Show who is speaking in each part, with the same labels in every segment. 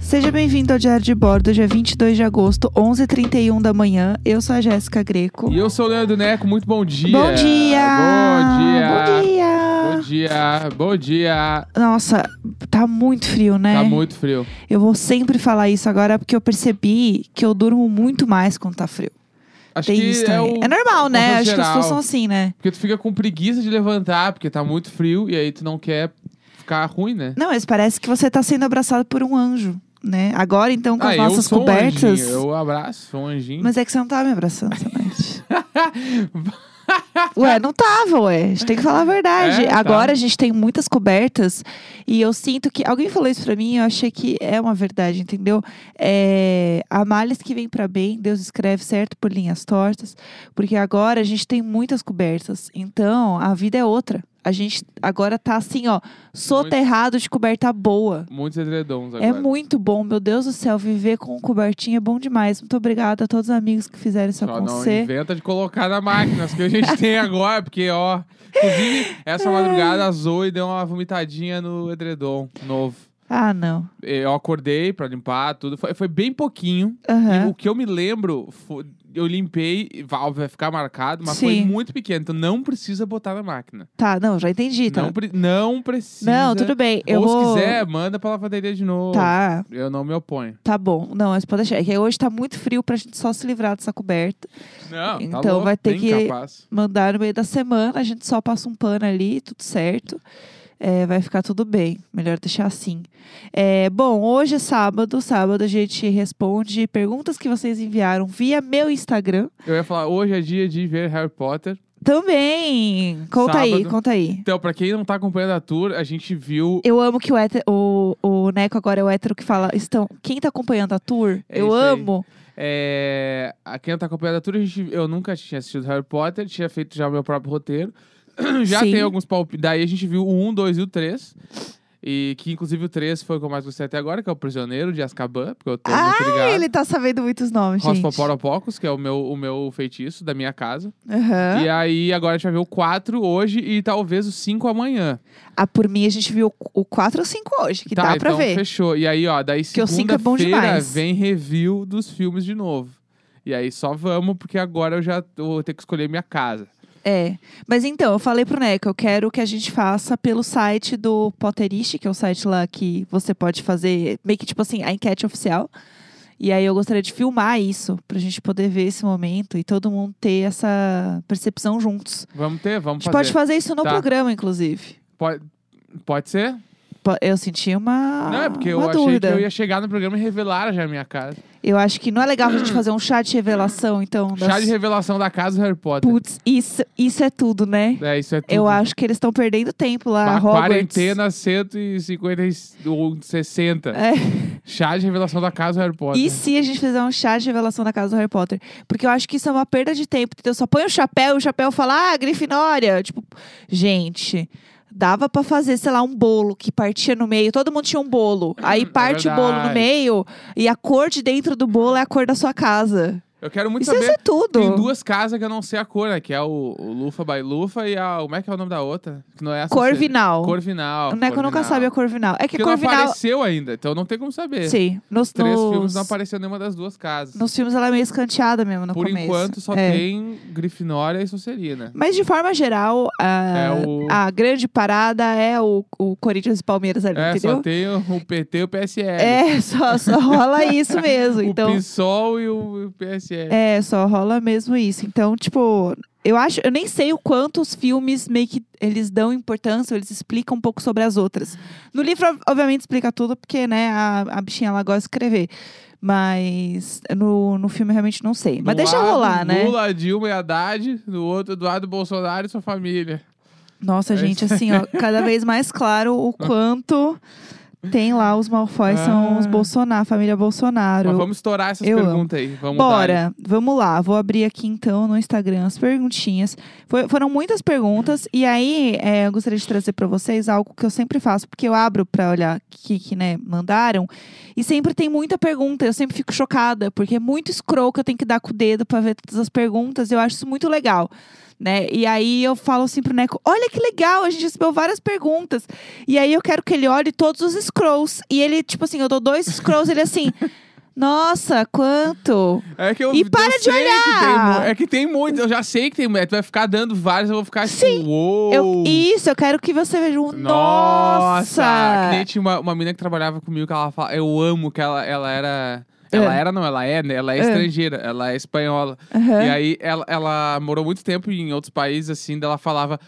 Speaker 1: Seja bem-vindo ao Diário de Bordo, dia 22 de agosto, 11h31 da manhã. Eu sou a Jéssica Greco.
Speaker 2: E eu sou o Leandro Neco, muito bom dia.
Speaker 1: Bom dia!
Speaker 2: Bom
Speaker 1: Bom
Speaker 2: dia!
Speaker 1: dia!
Speaker 2: Bom dia! Bom dia!
Speaker 1: Nossa, tá muito frio, né?
Speaker 2: Tá muito frio.
Speaker 1: Eu vou sempre falar isso agora porque eu percebi que eu durmo muito mais quando tá frio.
Speaker 2: Acho
Speaker 1: Tem
Speaker 2: que
Speaker 1: isso
Speaker 2: é
Speaker 1: também.
Speaker 2: o...
Speaker 1: É, normal, né?
Speaker 2: conforto
Speaker 1: Acho que as
Speaker 2: geral.
Speaker 1: pessoas são assim, né?
Speaker 2: Porque tu fica com preguiça de levantar, porque tá muito frio, e aí tu não quer ficar ruim, né?
Speaker 1: Não, mas parece que você tá sendo abraçado por um anjo, né? Agora, então, com
Speaker 2: ah,
Speaker 1: as
Speaker 2: eu
Speaker 1: nossas
Speaker 2: sou um
Speaker 1: cobertas.
Speaker 2: anjinho, eu abraço, sou um anjinho.
Speaker 1: Mas é que você não tava me abraçando essa noite. ué, não tava, ué. A gente tem que falar a verdade.
Speaker 2: É, tá.
Speaker 1: Agora a gente tem muitas cobertas e eu sinto que. Alguém falou isso pra mim, eu achei que é uma verdade, entendeu? É... Há males que vem pra bem, Deus escreve certo por linhas tortas, porque agora a gente tem muitas cobertas. Então a vida é outra. A gente agora tá assim, ó, soterrado de coberta boa.
Speaker 2: Muitos edredons agora.
Speaker 1: É muito bom, meu Deus do céu, viver com um cobertinho é bom demais. Muito obrigada a todos os amigos que fizeram isso
Speaker 2: Só não
Speaker 1: acontecer.
Speaker 2: inventa de colocar na máquina, as que a gente tem agora, porque, ó... Inclusive,
Speaker 1: É.
Speaker 2: essa madrugada a Zoe deu uma vomitadinha no edredom novo.
Speaker 1: Ah, não.
Speaker 2: Eu acordei pra limpar tudo, foi- foi bem pouquinho.
Speaker 1: Aham.
Speaker 2: O que eu me lembro, fo- eu limpei, e vai vai ficar marcado, mas foi
Speaker 1: Sim.
Speaker 2: muito pequeno. Então não precisa botar na máquina.
Speaker 1: Tá, não, já entendi. Tá.
Speaker 2: Não, pre- não precisa.
Speaker 1: Não, tudo bem. Eu
Speaker 2: Ou se
Speaker 1: vou...
Speaker 2: quiser, manda pra lavanderia de novo.
Speaker 1: Tá,
Speaker 2: Eu não me oponho.
Speaker 1: tá bom. Não, mas pode deixar. É que hoje tá muito frio pra gente só se livrar dessa coberta.
Speaker 2: Não, tá
Speaker 1: Então
Speaker 2: louco,
Speaker 1: vai ter
Speaker 2: bem
Speaker 1: que-
Speaker 2: capaz.
Speaker 1: Mandar no meio da semana, a gente só passa um pano ali, tudo certo. É, vai ficar tudo bem. Melhor deixar assim. É, bom, hoje é sábado. Sábado a gente responde perguntas que vocês enviaram via meu Instagram.
Speaker 2: Eu ia falar, hoje é dia de ver Harry Potter.
Speaker 1: Também! Conta aí,
Speaker 2: Sábado.
Speaker 1: conta aí.
Speaker 2: Então, pra quem não tá acompanhando a tour, a gente viu.
Speaker 1: Eu amo que o, hétero, o, o Neco agora é o hétero que fala. Estão, quem tá acompanhando a tour,
Speaker 2: É
Speaker 1: eu
Speaker 2: isso aí.
Speaker 1: amo.
Speaker 2: é, A quem não tá acompanhando a tour, a gente... eu nunca tinha assistido Harry Potter, tinha feito já o meu próprio roteiro. já
Speaker 1: Sim.
Speaker 2: tem alguns palpites. Daí a gente viu o 1, 2 e o 3. E que inclusive o 3 foi o que eu mais gostei até agora, que é o Prisioneiro de Azkaban, porque eu tô muito
Speaker 1: Ah,
Speaker 2: ligado.
Speaker 1: ele tá sabendo muitos nomes, gente.
Speaker 2: Rospoporopocos, que é o meu, o meu feitiço da minha casa.
Speaker 1: Aham.
Speaker 2: E aí, agora a gente vai ver o 4 hoje e talvez o 5 amanhã.
Speaker 1: Ah, por mim, a gente viu o 4 ou 5 hoje, que
Speaker 2: tá,
Speaker 1: dá
Speaker 2: então
Speaker 1: pra ver.
Speaker 2: fechou. E aí, ó, daí
Speaker 1: Porque o cinco é bom
Speaker 2: segunda-feira
Speaker 1: demais.
Speaker 2: vem review dos filmes de novo. E aí, só vamos, porque agora eu já vou ter que escolher minha casa.
Speaker 1: É. Mas então, eu falei pro Neco, eu quero que a gente faça pelo site do Potterist, que é o site lá que você pode fazer, meio que tipo assim, a enquete oficial. E aí eu gostaria de filmar isso, pra gente poder ver esse momento e todo mundo ter essa percepção juntos.
Speaker 2: Vamos ter,
Speaker 1: A
Speaker 2: vamos
Speaker 1: gente
Speaker 2: fazer.
Speaker 1: pode fazer isso no
Speaker 2: Tá.
Speaker 1: programa, inclusive.
Speaker 2: Pode, pode ser?
Speaker 1: Po- Eu senti uma.
Speaker 2: Não, é porque eu
Speaker 1: Ah, uma
Speaker 2: achei
Speaker 1: dúvida.
Speaker 2: que eu ia chegar no programa e revelar já a minha casa.
Speaker 1: Eu acho que não é legal a gente fazer um chá de revelação, então.
Speaker 2: Chá
Speaker 1: das-
Speaker 2: de revelação da casa do Harry Potter.
Speaker 1: Putz, isso, isso é tudo, né?
Speaker 2: É, isso é tudo.
Speaker 1: Eu acho que eles estão perdendo tempo lá,
Speaker 2: Uma
Speaker 1: Hogwarts.
Speaker 2: quarentena 150 e- ou 60.
Speaker 1: É.
Speaker 2: Chá de revelação da casa do Harry Potter.
Speaker 1: E se a gente fizer um chá de revelação da casa do Harry Potter? Porque eu acho que isso é uma perda de tempo. Entendeu? Só põe o chapéu e o chapéu fala, ah, Grifinória. Tipo, gente, dava pra fazer, sei lá, um bolo que partia no meio. Todo mundo tinha um bolo. Aí parte o bolo no
Speaker 2: É verdade.
Speaker 1: meio e a cor de dentro do bolo é a cor da sua casa.
Speaker 2: Eu quero muito
Speaker 1: isso é ia
Speaker 2: saber.
Speaker 1: ser tudo.
Speaker 2: Tem duas casas que eu não sei a cor, né? Que é o, o Lufa by Lufa e a. Como é que é o nome da outra? Que não é essa.
Speaker 1: Corvinal.
Speaker 2: Corvinal.
Speaker 1: O Neco é nunca
Speaker 2: Corvinal.
Speaker 1: sabe a Corvinal. É que
Speaker 2: Porque não
Speaker 1: Corvinal.
Speaker 2: apareceu ainda, então não tem como saber.
Speaker 1: Sim, nos,
Speaker 2: Os três
Speaker 1: nos,
Speaker 2: filmes não apareceu nenhuma das duas casas.
Speaker 1: nos filmes ela é meio escanteada mesmo no
Speaker 2: Por
Speaker 1: começo.
Speaker 2: enquanto só
Speaker 1: É.
Speaker 2: tem Grifinória e né? Sonserina.
Speaker 1: Mas de forma geral, a,
Speaker 2: É o-
Speaker 1: a grande parada é o, o Corinthians e Palmeiras ali,
Speaker 2: É,
Speaker 1: entendeu?
Speaker 2: só tem o, o PT e o PSL.
Speaker 1: É, só, só rola isso mesmo.
Speaker 2: o
Speaker 1: então,
Speaker 2: PSOL e o, e o PSL.
Speaker 1: é, só rola mesmo isso. Então, tipo, eu acho, eu nem sei o quanto os filmes meio que eles dão importância, eles explicam um pouco sobre as outras. No livro, ob- obviamente, explica tudo, porque, né, a, a bichinha ela gosta de escrever. Mas no, no filme eu realmente não sei. Mas
Speaker 2: Do
Speaker 1: deixa
Speaker 2: lado,
Speaker 1: rolar, né?
Speaker 2: Lula, Dilma e Haddad. Do outro, Eduardo Bolsonaro e sua família.
Speaker 1: Nossa,
Speaker 2: É
Speaker 1: gente, assim, ó, cada vez mais claro o quanto tem lá os Malfoy, são os
Speaker 2: Ah.
Speaker 1: Bolsonaro, a família Bolsonaro.
Speaker 2: Mas vamos estourar essas
Speaker 1: eu amo.
Speaker 2: perguntas aí. Vamos dar.
Speaker 1: Bora, vamos lá. Vou abrir aqui então no Instagram as perguntinhas. Foi- foram muitas perguntas e aí é, eu gostaria de trazer pra vocês algo que eu sempre faço, porque eu abro pra olhar o que, que né, mandaram e sempre tem muita pergunta. Eu sempre fico chocada, porque é muito escroco, eu tenho que dar com o dedo pra ver todas as perguntas. e Eu acho isso muito legal. né? E aí eu falo assim pro Neco: olha que legal, a gente recebeu várias perguntas. E aí eu quero que ele olhe todos os scrolls. E ele, tipo assim, eu dou dois scrolls, ele assim. Nossa, quanto?
Speaker 2: É que eu
Speaker 1: E
Speaker 2: eu
Speaker 1: para de
Speaker 2: sei que
Speaker 1: olhar!
Speaker 2: tem mu- é que tem muitos. Eu já sei que tem muitos. Tu vai ficar dando vários, eu vou ficar
Speaker 1: Sim,
Speaker 2: assim. Uou.
Speaker 1: Eu, isso, eu quero que você veja um.
Speaker 2: Nossa! Que nem
Speaker 1: Nossa!
Speaker 2: tinha uma, uma menina que trabalhava comigo que ela fala, eu amo que ela, ela era. Ela
Speaker 1: É.
Speaker 2: era, não, ela é, né? Ela é,
Speaker 1: É.
Speaker 2: estrangeira, ela é espanhola.
Speaker 1: Aham.
Speaker 2: E aí ela, ela morou muito tempo em outros países, assim, daí ela falava,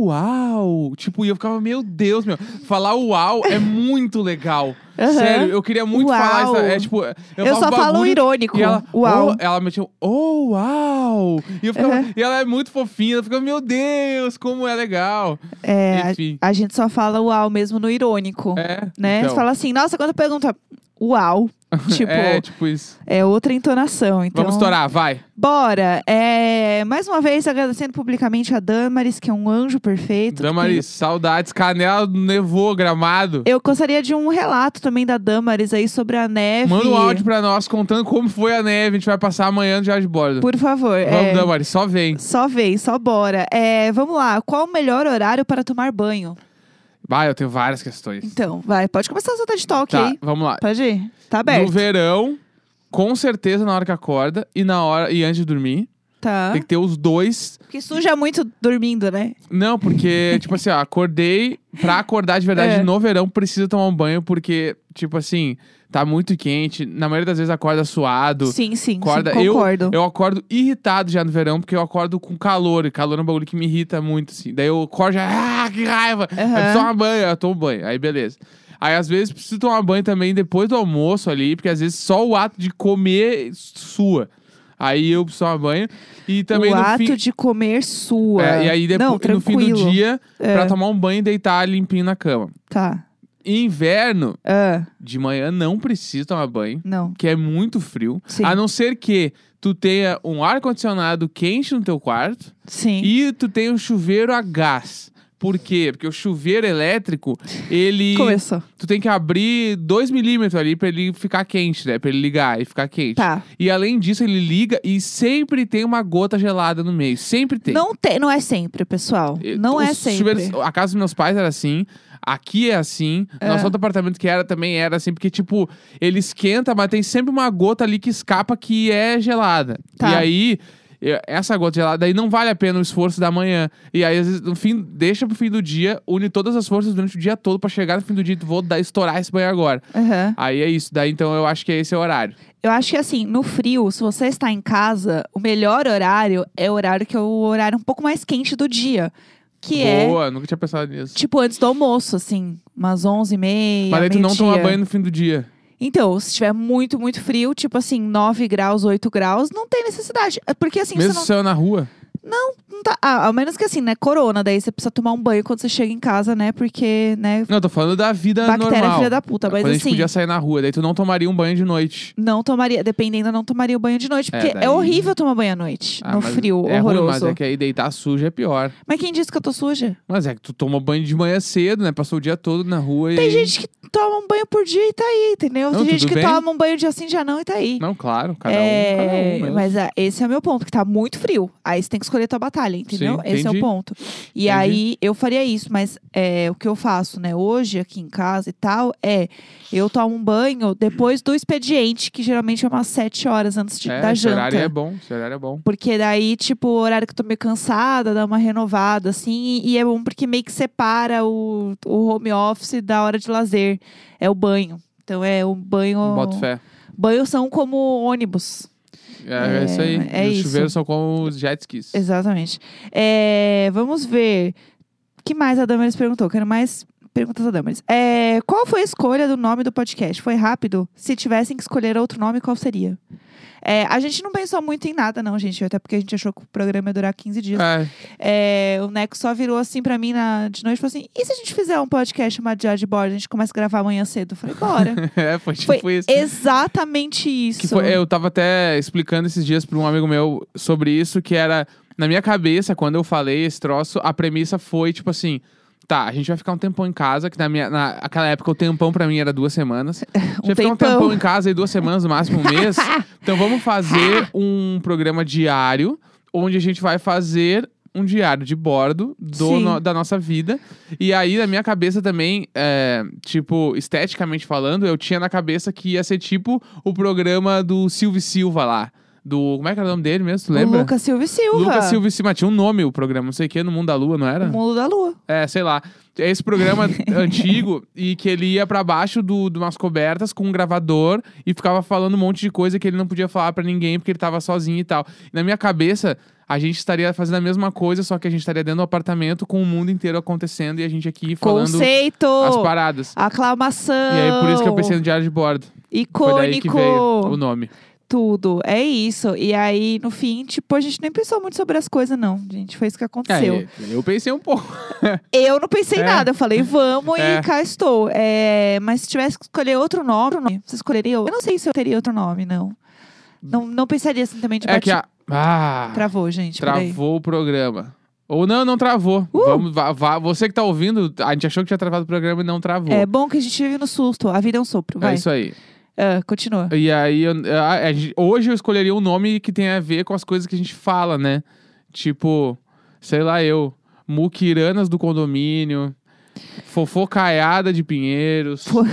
Speaker 2: uau! Tipo, e eu ficava, meu Deus, meu, falar uau é muito legal.
Speaker 1: Aham.
Speaker 2: Sério, eu queria muito
Speaker 1: Uau.
Speaker 2: falar isso. É tipo, eu,
Speaker 1: Eu,
Speaker 2: falava
Speaker 1: só
Speaker 2: um
Speaker 1: falo
Speaker 2: bagulho
Speaker 1: irônico.
Speaker 2: e ela,
Speaker 1: Uau.
Speaker 2: "Oh", ela metia, oh, uau! E, eu ficava-
Speaker 1: Aham.
Speaker 2: e ela é muito fofinha, ela fica, meu Deus, como é legal!
Speaker 1: É, a-
Speaker 2: Enfim.
Speaker 1: a, gente só fala uau mesmo no irônico.
Speaker 2: É,
Speaker 1: né?
Speaker 2: então.
Speaker 1: Você fala assim, nossa, quando pergunta uau, tipo,
Speaker 2: É,
Speaker 1: é,
Speaker 2: tipo isso.
Speaker 1: outra entonação. Então,
Speaker 2: Vamos estourar, vai.
Speaker 1: Bora! É, mais uma vez, agradecendo publicamente a Damaris, que é um anjo perfeito. que
Speaker 2: Damaris, saudades. Canela nevou, gramado.
Speaker 1: tem- Eu gostaria de um relato também da Damaris aí sobre a neve.
Speaker 2: Manda um áudio pra nós contando como foi a neve. A gente vai passar amanhã no Diário de Bordo.
Speaker 1: Por favor.
Speaker 2: Vamos,
Speaker 1: é,
Speaker 2: Damaris, só vem.
Speaker 1: Só vem, só bora. É, vamos lá. Qual o melhor horário para tomar banho?
Speaker 2: Vai, eu tenho várias questões.
Speaker 1: Então, vai. Pode começar a soltar de talk
Speaker 2: Tá,
Speaker 1: aí.
Speaker 2: vamos lá.
Speaker 1: Pode ir. Tá
Speaker 2: No
Speaker 1: aberto.
Speaker 2: verão, com certeza na hora que acorda e na hora e antes de dormir.
Speaker 1: Tá.
Speaker 2: Tem que ter os dois.
Speaker 1: Porque suja muito dormindo, né?
Speaker 2: Não, porque, tipo assim, ó, acordei. Pra acordar de verdade
Speaker 1: É.
Speaker 2: no verão, precisa tomar um banho, porque, tipo assim, tá muito quente. Na maioria das vezes acorda suado.
Speaker 1: Sim, sim.
Speaker 2: Acorda.
Speaker 1: sim, concordo.
Speaker 2: Eu, eu acordo irritado já no verão, porque eu acordo com calor. E calor é um bagulho que me irrita muito, assim. Daí eu acordo já, ah, que raiva! Aí
Speaker 1: Aham.
Speaker 2: preciso tomar banho, eu tomo banho. Aí beleza. Aí às vezes preciso tomar banho também depois do almoço ali, porque às vezes só o ato de comer sua. Aí eu preciso tomar banho. E também
Speaker 1: o
Speaker 2: no
Speaker 1: ato
Speaker 2: fim...
Speaker 1: de comer sua.
Speaker 2: É, e aí
Speaker 1: Tipo, Não,
Speaker 2: depois, no fim do
Speaker 1: tranquilo.
Speaker 2: dia,
Speaker 1: É.
Speaker 2: pra tomar um banho e deitar limpinho na cama.
Speaker 1: Tá.
Speaker 2: Em inverno,
Speaker 1: Ah,
Speaker 2: de manhã não preciso tomar banho
Speaker 1: não.
Speaker 2: que é muito frio.
Speaker 1: Sim.
Speaker 2: A não ser que tu tenha um ar-condicionado quente no teu quarto
Speaker 1: Sim.
Speaker 2: e tu tenha um chuveiro a gás. Por quê? Porque o chuveiro elétrico, ele.
Speaker 1: Começou.
Speaker 2: Tu tem que abrir 2 milímetros ali pra ele ficar quente, né? Pra ele ligar e ficar quente.
Speaker 1: Tá.
Speaker 2: E além disso, ele liga e sempre tem uma gota gelada no meio. Sempre tem.
Speaker 1: Não, tem, não é sempre, pessoal.
Speaker 2: Eu-
Speaker 1: Não é
Speaker 2: os
Speaker 1: sempre.
Speaker 2: chuveiros- a casa dos meus pais era assim. Aqui é assim. Nosso outro apartamento que era também era assim. Porque, tipo, ele esquenta, mas tem sempre uma gota ali que escapa que é gelada.
Speaker 1: Tá.
Speaker 2: E aí... eu- Essa gota gelada aí não vale a pena o esforço da manhã. E aí, às vezes, no fim, deixa pro fim do dia, une todas as forças durante o dia todo pra chegar no fim do dia e tu vou dar, estourar esse banho agora.
Speaker 1: Aham.
Speaker 2: Aí é isso. Daí então eu acho que é esse o horário.
Speaker 1: Eu acho que assim, no frio, se você está em casa, o melhor horário é o horário que é o horário um pouco mais quente do dia. Que é,
Speaker 2: Boa, nunca tinha pensado nisso.
Speaker 1: tipo, antes do almoço, assim, umas 11h30.
Speaker 2: mas aí tu não toma
Speaker 1: meio-dia.
Speaker 2: banho no fim do dia.
Speaker 1: Então, se tiver muito, muito frio, tipo assim, 9 graus, 8 graus, não tem necessidade. É Porque assim,
Speaker 2: Mesmo
Speaker 1: você não,
Speaker 2: se eu na rua.
Speaker 1: não tá. Ah, ao menos que assim, né? Corona, daí você precisa tomar um banho quando você chega em casa, né? Porque, né?
Speaker 2: Não, eu tô falando da vida
Speaker 1: Bactéria
Speaker 2: É
Speaker 1: é
Speaker 2: normal.
Speaker 1: filha da puta, mas
Speaker 2: Quando a gente
Speaker 1: assim.
Speaker 2: podia sair na rua, daí tu não tomaria um banho de noite.
Speaker 1: Não tomaria, dependendo, eu não tomaria o banho de noite,
Speaker 2: É,
Speaker 1: porque é,
Speaker 2: daí-
Speaker 1: horrível tomar banho à noite,
Speaker 2: Ah,
Speaker 1: no
Speaker 2: mas
Speaker 1: frio,
Speaker 2: é
Speaker 1: horroroso.
Speaker 2: Ruim, mas é que aí deitar sujo é pior.
Speaker 1: Mas quem disse que eu tô suja?
Speaker 2: Mas é que tu toma banho de manhã cedo, né? Passou o dia todo na rua e.
Speaker 1: Tem
Speaker 2: aí-
Speaker 1: gente que toma um banho por dia e tá aí, entendeu?
Speaker 2: Não,
Speaker 1: Tem gente
Speaker 2: tudo
Speaker 1: que
Speaker 2: bem.
Speaker 1: toma um banho dia sim, dia não e tá aí.
Speaker 2: Não, claro, cada um. Cada
Speaker 1: é,
Speaker 2: um mesmo.
Speaker 1: mas ah, esse é o meu ponto, que tá muito frio. Aí você tem que escolher tua batalha, entendeu?
Speaker 2: Sim,
Speaker 1: esse é o
Speaker 2: entendi.
Speaker 1: ponto. E
Speaker 2: Entendi.
Speaker 1: aí eu faria isso, mas é, o que eu faço, né, hoje aqui em casa e tal, é eu tomo um banho depois do expediente, que geralmente é umas 7 horas antes de-
Speaker 2: é,
Speaker 1: da
Speaker 2: esse
Speaker 1: janta.
Speaker 2: horário é bom, esse horário é bom.
Speaker 1: Porque daí, tipo, o horário que eu tô meio cansada, dá uma renovada, assim. E é bom porque meio que separa o, o home office da hora de lazer. É o banho. Então é o banho.
Speaker 2: Boto fé.
Speaker 1: Banhos são como ônibus.
Speaker 2: É,
Speaker 1: É,
Speaker 2: isso aí.
Speaker 1: é
Speaker 2: e os
Speaker 1: isso.
Speaker 2: chuveiros são como os jet skis.
Speaker 1: Exatamente. É, vamos ver. O que mais a Damaris perguntou? Quero mais perguntas da Damaris. É, qual foi a escolha do nome do podcast? Foi rápido? Se tivessem que escolher outro nome, qual seria? É, a gente não pensou muito em nada, não, gente. Até porque a gente achou que o programa ia durar 15 dias.
Speaker 2: É,
Speaker 1: É, o Neco só virou assim pra mim na, de noite e falou assim: e se a gente fizer um podcast chamado Diário de Bordo? A gente começa a gravar amanhã cedo. Eu falei: bora.
Speaker 2: é, foi tipo
Speaker 1: Foi
Speaker 2: isso.
Speaker 1: exatamente isso.
Speaker 2: Que foi- é, eu tava até explicando esses dias pra um amigo meu sobre isso, que era, na minha cabeça, quando eu falei esse troço, a premissa foi tipo assim. Tá, a gente vai ficar um tempão em casa, que na minha, naquela época o tempão pra mim era duas semanas. A gente vai ficar um
Speaker 1: tempão.
Speaker 2: tempão em casa e duas semanas, no máximo um mês. então vamos fazer um programa diário, onde a gente vai fazer um diário de bordo do
Speaker 1: Sim.
Speaker 2: no- da nossa vida. E aí, na minha cabeça também, é, tipo, esteticamente falando, eu tinha na cabeça que ia ser tipo o programa do Silvio Silva lá. Do. Como é que era o nome dele mesmo? Tu
Speaker 1: O
Speaker 2: lembra?
Speaker 1: Lucas Silva e Silva.
Speaker 2: Lucas Silva né? e Silva. Tinha um nome o programa, não sei o que, no Mundo da Lua, não
Speaker 1: O
Speaker 2: era?
Speaker 1: Mundo da Lua.
Speaker 2: É, sei lá. É esse programa antigo e que ele ia pra baixo do, de umas cobertas com um gravador e ficava falando um monte de coisa que ele não podia falar pra ninguém porque ele tava sozinho e tal. na minha cabeça, a gente estaria fazendo a mesma coisa, só que a gente estaria dentro do apartamento com o mundo inteiro acontecendo e a gente aqui falando
Speaker 1: Conceito.
Speaker 2: as paradas.
Speaker 1: Aclamação.
Speaker 2: E aí, por isso que eu pensei no diário de bordo. Foi daí que
Speaker 1: Icônico.
Speaker 2: veio o nome.
Speaker 1: Tudo. É isso. E aí, no fim, tipo, a gente nem pensou muito sobre as coisas, não, gente. Foi isso que aconteceu.
Speaker 2: É, eu pensei um pouco.
Speaker 1: Eu não pensei em
Speaker 2: É.
Speaker 1: nada. Eu falei, vamos
Speaker 2: É.
Speaker 1: e cá estou. É, mas se tivesse que escolher outro nome, outro nome, você escolheria? Eu não sei se eu teria outro nome, não. Não, não pensaria assim também de
Speaker 2: É
Speaker 1: bate-
Speaker 2: que a. Ah!
Speaker 1: Travou, gente. peraí.
Speaker 2: Travou o programa. Ou não, não travou.
Speaker 1: Tipo, Uh!
Speaker 2: Vamos, vá, vá- você que tá ouvindo, a gente achou que tinha travado o programa e não travou.
Speaker 1: É bom que a gente vive no susto. A vida é um sopro.
Speaker 2: É
Speaker 1: Vai.
Speaker 2: isso aí.
Speaker 1: Ah, continua.
Speaker 2: E aí, eu- a- a gente- hoje eu escolheria um nome que tenha a ver com as coisas que a gente fala, né? Tipo, sei lá, eu. Muquiranas do condomínio. Fofocaiada de Pinheiros.
Speaker 1: Fo-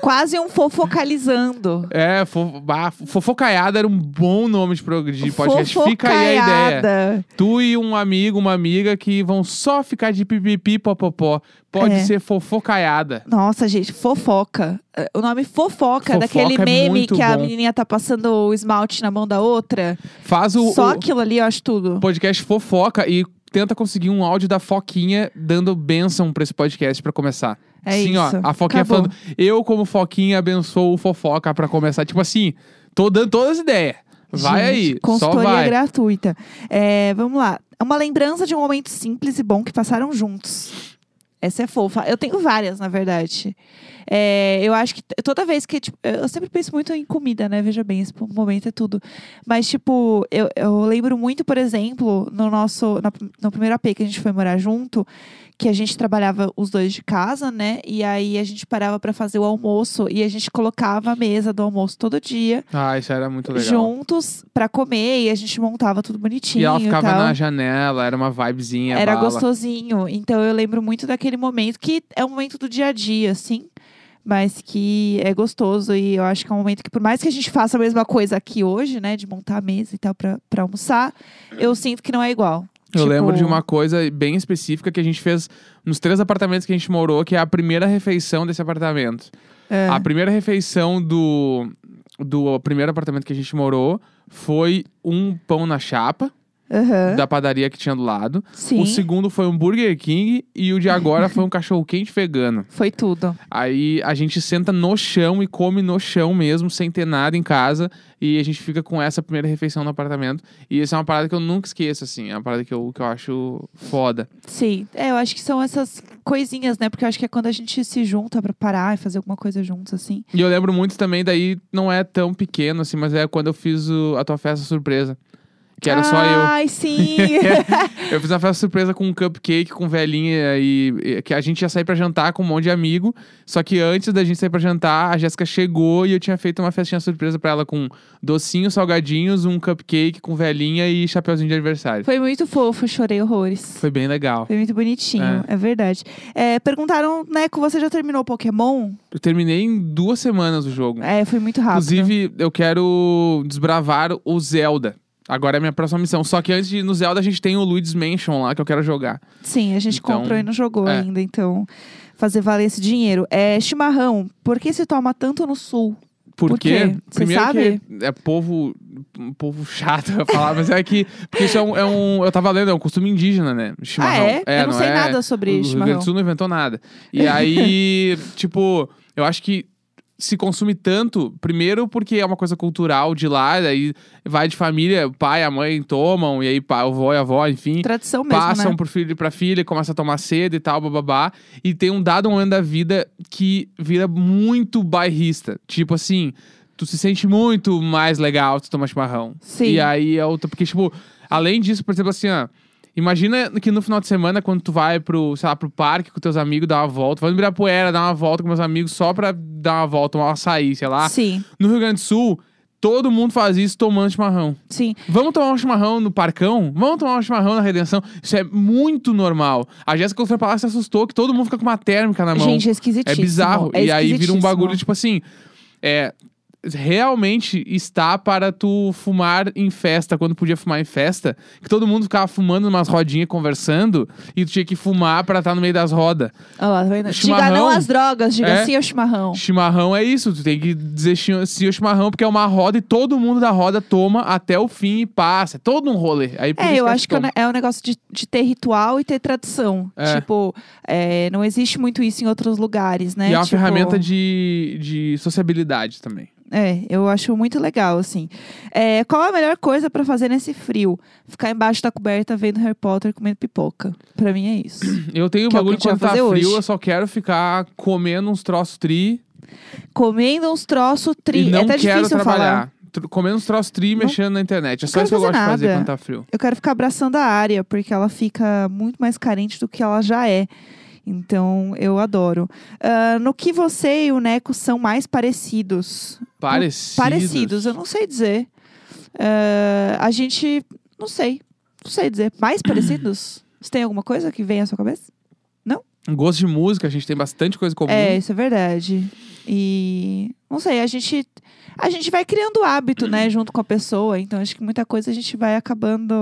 Speaker 1: Quase um fofocalizando.
Speaker 2: É, fo- bah, fofocaiada era um bom nome de, prog- de podcast. Fica aí a ideia.
Speaker 1: Fofocaiada.
Speaker 2: Tu e um amigo, uma amiga que vão só ficar de pipipi popopó. Pode
Speaker 1: É.
Speaker 2: ser fofocaiada.
Speaker 1: Nossa, gente, fofoca. Ah, O nome fofoca,
Speaker 2: Fofoca
Speaker 1: é daquele
Speaker 2: é
Speaker 1: meme
Speaker 2: muito
Speaker 1: que a
Speaker 2: bom.
Speaker 1: menininha tá passando o esmalte na mão da outra.
Speaker 2: Faz o,
Speaker 1: Só
Speaker 2: o
Speaker 1: aquilo ali eu acho tudo.
Speaker 2: podcast fofoca e tenta conseguir um áudio da Foquinha dando bênção pra esse podcast pra começar.
Speaker 1: É
Speaker 2: assim,
Speaker 1: isso.
Speaker 2: ó, a Foquinha
Speaker 1: Acabou.
Speaker 2: falando, eu como Foquinha abençoo o fofoca pra começar. Tipo assim, tô dando todas as ideias.
Speaker 1: Gente,
Speaker 2: Vai aí, só
Speaker 1: Consultoria
Speaker 2: vai.
Speaker 1: gratuita. É, vamos lá. É Uma lembrança de um momento simples e bom que passaram juntos. Essa é fofa. Eu tenho várias, na verdade. É, eu acho que t- toda vez que. tipo, eu sempre penso muito em comida, né? Veja bem, esse po- momento é tudo. Mas, tipo, eu, eu lembro muito, por exemplo, no nosso. Na, no primeiro AP que a gente foi morar junto, que a gente trabalhava os dois de casa, né? E aí a gente parava pra fazer o almoço e a gente colocava a mesa do almoço todo dia
Speaker 2: Ah, isso era muito legal.
Speaker 1: juntos pra comer e a gente montava tudo bonitinho.
Speaker 2: e ela ficava
Speaker 1: tal.
Speaker 2: na janela, era uma vibezinha.
Speaker 1: Era
Speaker 2: bala.
Speaker 1: gostosinho. Então eu lembro muito daquele momento que é um momento do dia a dia, assim. Mas que é gostoso e eu acho que é um momento que, por mais que a gente faça a mesma coisa aqui hoje, né? De montar a mesa e tal pra, pra almoçar, eu sinto que não é igual.
Speaker 2: Eu
Speaker 1: Tipo,
Speaker 2: lembro de uma coisa bem específica que a gente fez nos três apartamentos que a gente morou, que é a primeira refeição desse apartamento.
Speaker 1: É.
Speaker 2: A primeira refeição do, do primeiro apartamento que a gente morou foi um pão na chapa
Speaker 1: Aham.
Speaker 2: da padaria que tinha do lado.
Speaker 1: É? Sim,
Speaker 2: O segundo foi um Burger King e o de agora foi um cachorro quente vegano.
Speaker 1: foi tudo.
Speaker 2: Aí a gente senta no chão e come no chão mesmo, sem ter nada em casa. E a gente fica com essa primeira refeição no apartamento. E essa é uma parada que eu nunca esqueço, assim. É uma parada que eu, que eu acho foda.
Speaker 1: Sim, é, eu acho que são essas coisinhas, né? Porque eu acho que é quando a gente se junta pra parar e fazer alguma coisa juntos, assim.
Speaker 2: E eu lembro muito também, daí não é tão pequeno, assim, mas é quando eu fiz o- a tua festa surpresa. Que era só eu.
Speaker 1: Ai, sim!
Speaker 2: Eu fiz uma festa surpresa com um cupcake, com velhinha e, e- que a gente ia sair pra jantar com um monte de amigo. Só que antes da gente sair pra jantar, a Jéssica chegou e eu tinha feito uma festinha surpresa pra ela com docinhos, salgadinhos, um cupcake com velhinha e chapeuzinho de aniversário.
Speaker 1: Foi muito fofo, chorei horrores.
Speaker 2: Foi bem legal.
Speaker 1: Foi muito bonitinho, é, verdade. É, perguntaram, Neco, você já terminou Pokémon?
Speaker 2: Eu terminei em duas semanas o jogo.
Speaker 1: É, foi muito rápido.
Speaker 2: Inclusive, eu quero desbravar o Zelda. Agora é a minha próxima missão. Só que antes de ir no Zelda, a gente tem o Luigi's Mansion lá que eu quero jogar.
Speaker 1: Sim, a gente
Speaker 2: Então,
Speaker 1: comprou e não jogou
Speaker 2: é.
Speaker 1: ainda, então fazer valer esse dinheiro. É, chimarrão, por que se toma tanto no sul?
Speaker 2: Por,
Speaker 1: Por
Speaker 2: quê?
Speaker 1: quê? Cê sabe?
Speaker 2: que é povo, um povo chato a falar, mas é que porque isso é um, é um- eu tava lendo, é um costume indígena, né? Chimarrão.
Speaker 1: Ah, é? eu não, sei
Speaker 2: é,
Speaker 1: nada
Speaker 2: O
Speaker 1: sobre
Speaker 2: Rio Grande
Speaker 1: chimarrão.
Speaker 2: do Sul não inventou nada. E aí, tipo, eu acho que se consome tanto, primeiro porque é uma coisa cultural de lá, daí vai de família, o pai, a mãe tomam, e aí pá, o vô e a avó, enfim
Speaker 1: Tradição mesmo,
Speaker 2: passam
Speaker 1: né?
Speaker 2: pro filho e pra filha, e começa a tomar cedo e tal, bababá. E tem um dado momento da vida que vira muito bairrista. Tipo assim, tu se sente muito mais legal se tu toma chimarrão.
Speaker 1: Sim.
Speaker 2: E aí é outra. Porque, tipo, além disso, por exemplo, assim, ó. Imagina que no final de semana, quando tu vai pro, sei lá, pro parque com teus amigos, dar uma volta, vai no Ibirapuera, dar uma volta com meus amigos só pra dar uma volta, tomar um açaí, sei lá.
Speaker 1: Sim,
Speaker 2: No Rio Grande do Sul, Todo mundo faz isso tomando chimarrão.
Speaker 1: Sim.
Speaker 2: Vamos tomar um chimarrão no Parcão? Vamos tomar um chimarrão na Redenção? Isso é muito normal. A Jéssica quando foi pra lá se assustou que todo mundo fica com uma térmica na mão.
Speaker 1: Gente, é esquisitíssimo.
Speaker 2: É bizarro.
Speaker 1: É
Speaker 2: e aí vira um bagulho,
Speaker 1: esquisitíssimo.
Speaker 2: tipo assim. É. Realmente está para tu fumar em festa, quando podia fumar em festa, que todo mundo ficava fumando umas rodinhas conversando e tu tinha que fumar para estar no meio das rodas.
Speaker 1: Olha lá, tá vendo? Diga
Speaker 2: Chimarrão.
Speaker 1: não às drogas, diga
Speaker 2: É.
Speaker 1: sim ao chimarrão.
Speaker 2: Chimarrão é isso, tu tem que dizer chi- sim ao chimarrão, porque é uma roda e todo mundo da roda toma até o fim e passa. É todo um rolê. Aí por
Speaker 1: É,
Speaker 2: isso
Speaker 1: eu acho que é
Speaker 2: toma.
Speaker 1: um- é um negócio de, de ter ritual e ter tradição.
Speaker 2: É.
Speaker 1: Tipo, é, não existe muito isso em outros lugares, né?
Speaker 2: E é uma
Speaker 1: Tipo,
Speaker 2: ferramenta de, de sociabilidade também.
Speaker 1: É, eu acho muito legal, assim. É, qual a melhor coisa pra fazer nesse frio? Ficar embaixo da coberta vendo Harry Potter e comendo pipoca. Pra mim é isso.
Speaker 2: Eu tenho o
Speaker 1: Que é o
Speaker 2: bagulho
Speaker 1: que a gente
Speaker 2: quando tá
Speaker 1: vai
Speaker 2: frio,
Speaker 1: fazer hoje.
Speaker 2: eu só quero ficar comendo uns troços tri,
Speaker 1: Comendo uns troços tri.
Speaker 2: e não
Speaker 1: é até
Speaker 2: quero
Speaker 1: difícil eu falar.
Speaker 2: trabalhar. Tr- Comendo uns troços tri e
Speaker 1: Não-
Speaker 2: mexendo na internet. É
Speaker 1: não
Speaker 2: só
Speaker 1: quero
Speaker 2: isso que eu
Speaker 1: fazer
Speaker 2: gosto de fazer
Speaker 1: nada.
Speaker 2: quando tá frio.
Speaker 1: Eu quero ficar abraçando a área, porque ela fica muito mais carente do que ela já é. Então, eu adoro. Ah, no que você e o Neco são mais parecidos?
Speaker 2: Parecidos.
Speaker 1: Parecidos, eu não sei dizer. Ah, a gente. Não sei. Não sei dizer. Mais parecidos? Você tem alguma coisa que vem à sua cabeça?
Speaker 2: Gosto de música, a gente tem bastante coisa em comum.
Speaker 1: É, isso é verdade. E. Não sei, a gente. A gente vai criando hábito, né, junto com a pessoa. Então, acho que muita coisa a gente vai acabando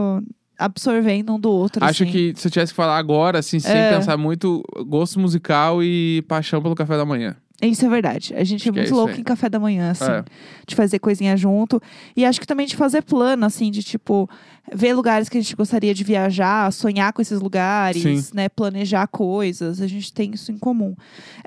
Speaker 1: absorvendo um do outro.
Speaker 2: Acho
Speaker 1: assim.
Speaker 2: que se eu tivesse que falar agora, assim, sem
Speaker 1: É.
Speaker 2: pensar muito, gosto musical e paixão pelo café da manhã.
Speaker 1: Isso é verdade. A gente
Speaker 2: Acho
Speaker 1: é
Speaker 2: que é
Speaker 1: muito
Speaker 2: isso
Speaker 1: louco
Speaker 2: aí.
Speaker 1: em café da manhã, assim.
Speaker 2: É.
Speaker 1: De fazer coisinha junto. E acho que também de fazer plano, assim, de tipo, ver lugares que a gente gostaria de viajar, sonhar com esses lugares,
Speaker 2: Sim.
Speaker 1: né? Planejar coisas. A gente tem isso em comum.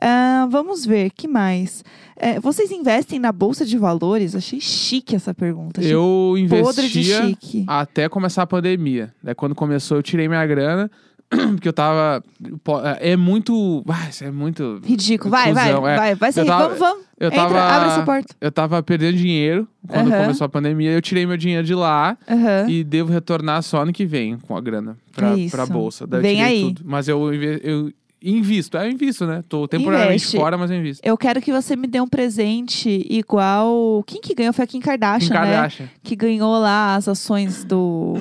Speaker 1: Ah, vamos ver, que mais? É, vocês investem na Bolsa de Valores? Achei chique essa pergunta. Achei
Speaker 2: Eu
Speaker 1: podre de
Speaker 2: investia
Speaker 1: chique.
Speaker 2: até começar a pandemia. Daí quando começou, eu tirei minha grana, porque eu tava. po- É muito. Ah, isso é muito.
Speaker 1: Ridículo. Vai,
Speaker 2: Cusão,
Speaker 1: vai,
Speaker 2: é.
Speaker 1: vai, vai ser
Speaker 2: Eu tava-
Speaker 1: Vamos, vamos.
Speaker 2: Eu
Speaker 1: Entra,
Speaker 2: tava.
Speaker 1: abre essa porta.
Speaker 2: Eu tava perdendo dinheiro quando
Speaker 1: Aham.
Speaker 2: começou a pandemia. Eu tirei meu dinheiro de lá
Speaker 1: Aham.
Speaker 2: e devo retornar só ano que vem com a grana pra,
Speaker 1: É isso.
Speaker 2: pra bolsa. Daí eu
Speaker 1: Vem
Speaker 2: tirei
Speaker 1: aí.
Speaker 2: tudo. Mas eu, inve- eu invisto. É, eu invisto, né? Tô temporariamente
Speaker 1: Investe.
Speaker 2: fora, mas eu invisto.
Speaker 1: Eu quero que você me dê um presente igual. Quem que ganhou foi a Kim Kardashian,
Speaker 2: Kim
Speaker 1: né?
Speaker 2: Kardashian.
Speaker 1: Que ganhou lá as ações do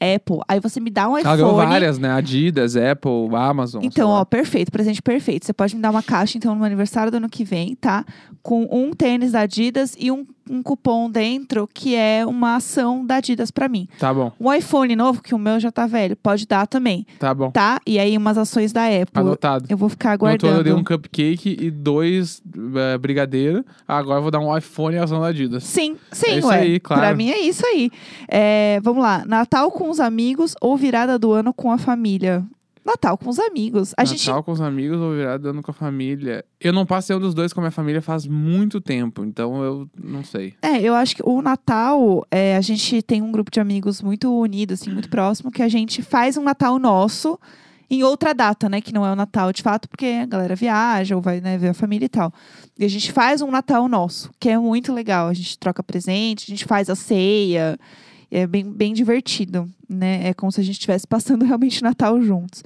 Speaker 1: Apple. Aí você me dá um
Speaker 2: Ela ganhou
Speaker 1: iPhone.
Speaker 2: várias, né? Adidas, Apple, Amazon. sei
Speaker 1: Então,
Speaker 2: lá.
Speaker 1: ó, perfeito, presente perfeito. Você pode me dar uma caixa, então, no meu aniversário do ano que vem, tá? Com um tênis da Adidas e um, um cupom dentro que é uma ação da Adidas pra mim.
Speaker 2: Tá bom,
Speaker 1: Um iPhone novo, que o meu já tá velho, pode dar também,
Speaker 2: tá bom.
Speaker 1: tá? E aí umas ações da Apple.
Speaker 2: Anotado.
Speaker 1: Eu vou ficar
Speaker 2: No todo eu dei
Speaker 1: aguardando.
Speaker 2: um cupcake e dois eh, brigadeiro. Agora eu vou dar um iPhone e ação da Adidas.
Speaker 1: Sim, sim,
Speaker 2: É isso
Speaker 1: ué.
Speaker 2: aí, claro.
Speaker 1: Pra mim é isso aí. É, vamos lá. Natal com os amigos ou virada do ano com a família? Natal com os amigos. A
Speaker 2: Natal
Speaker 1: gente.
Speaker 2: com os amigos ou virada dando com a família. Eu não passei um dos dois com a minha família faz muito tempo, então eu não sei.
Speaker 1: É, eu acho que o Natal, é, a gente tem um grupo de amigos muito unido, assim, muito próximo, que a gente faz um Natal nosso em outra data, né? Que não é o Natal de fato, porque a galera viaja ou vai né, ver a família e tal. E a gente faz um Natal nosso, que é muito legal. A gente troca presente, a gente faz a ceia. É bem, bem divertido, né? É como se a gente estivesse passando realmente o Natal juntos.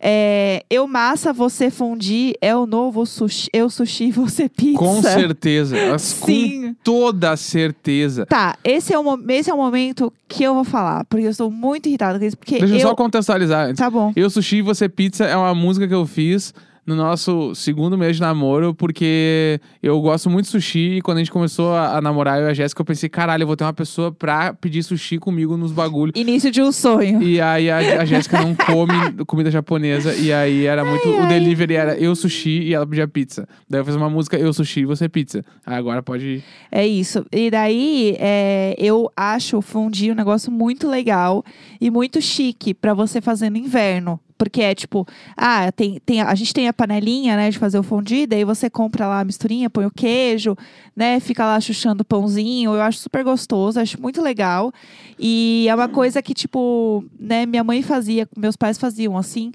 Speaker 1: É, eu massa, você fundi, é o novo sushi, eu sushi, você pizza.
Speaker 2: Com certeza. mas com
Speaker 1: Sim.
Speaker 2: toda certeza.
Speaker 1: Tá, esse é, o, mo- esse é o momento que eu vou falar, porque eu estou muito irritada com isso, porque
Speaker 2: Deixa eu
Speaker 1: eu...
Speaker 2: só contextualizar antes.
Speaker 1: Tá bom.
Speaker 2: Eu Sushi e Você Pizza é uma música que eu fiz no nosso segundo mês de namoro, porque eu gosto muito de sushi e quando a gente começou a, a namorar, eu e a Jéssica, eu pensei, caralho, eu vou ter uma pessoa pra pedir sushi comigo nos bagulho.
Speaker 1: Início de um sonho.
Speaker 2: E aí a, a Jéssica não come comida japonesa. E aí era muito. o
Speaker 1: ai.
Speaker 2: delivery era eu sushi e ela pedia pizza. Daí eu fiz uma música eu sushi e você pizza. Aí agora pode. ir.
Speaker 1: É isso. E daí, é, eu acho o fundir um negócio muito legal e muito chique pra você fazer no inverno. Porque é tipo, ah, tem, tem, a gente tem a panelinha, né, de fazer o fundi, daí você compra lá a misturinha, põe o queijo, né, fica lá chuchando o pãozinho. Eu acho super gostoso, acho muito legal. E é uma coisa que, tipo, né, minha mãe fazia, meus pais faziam assim.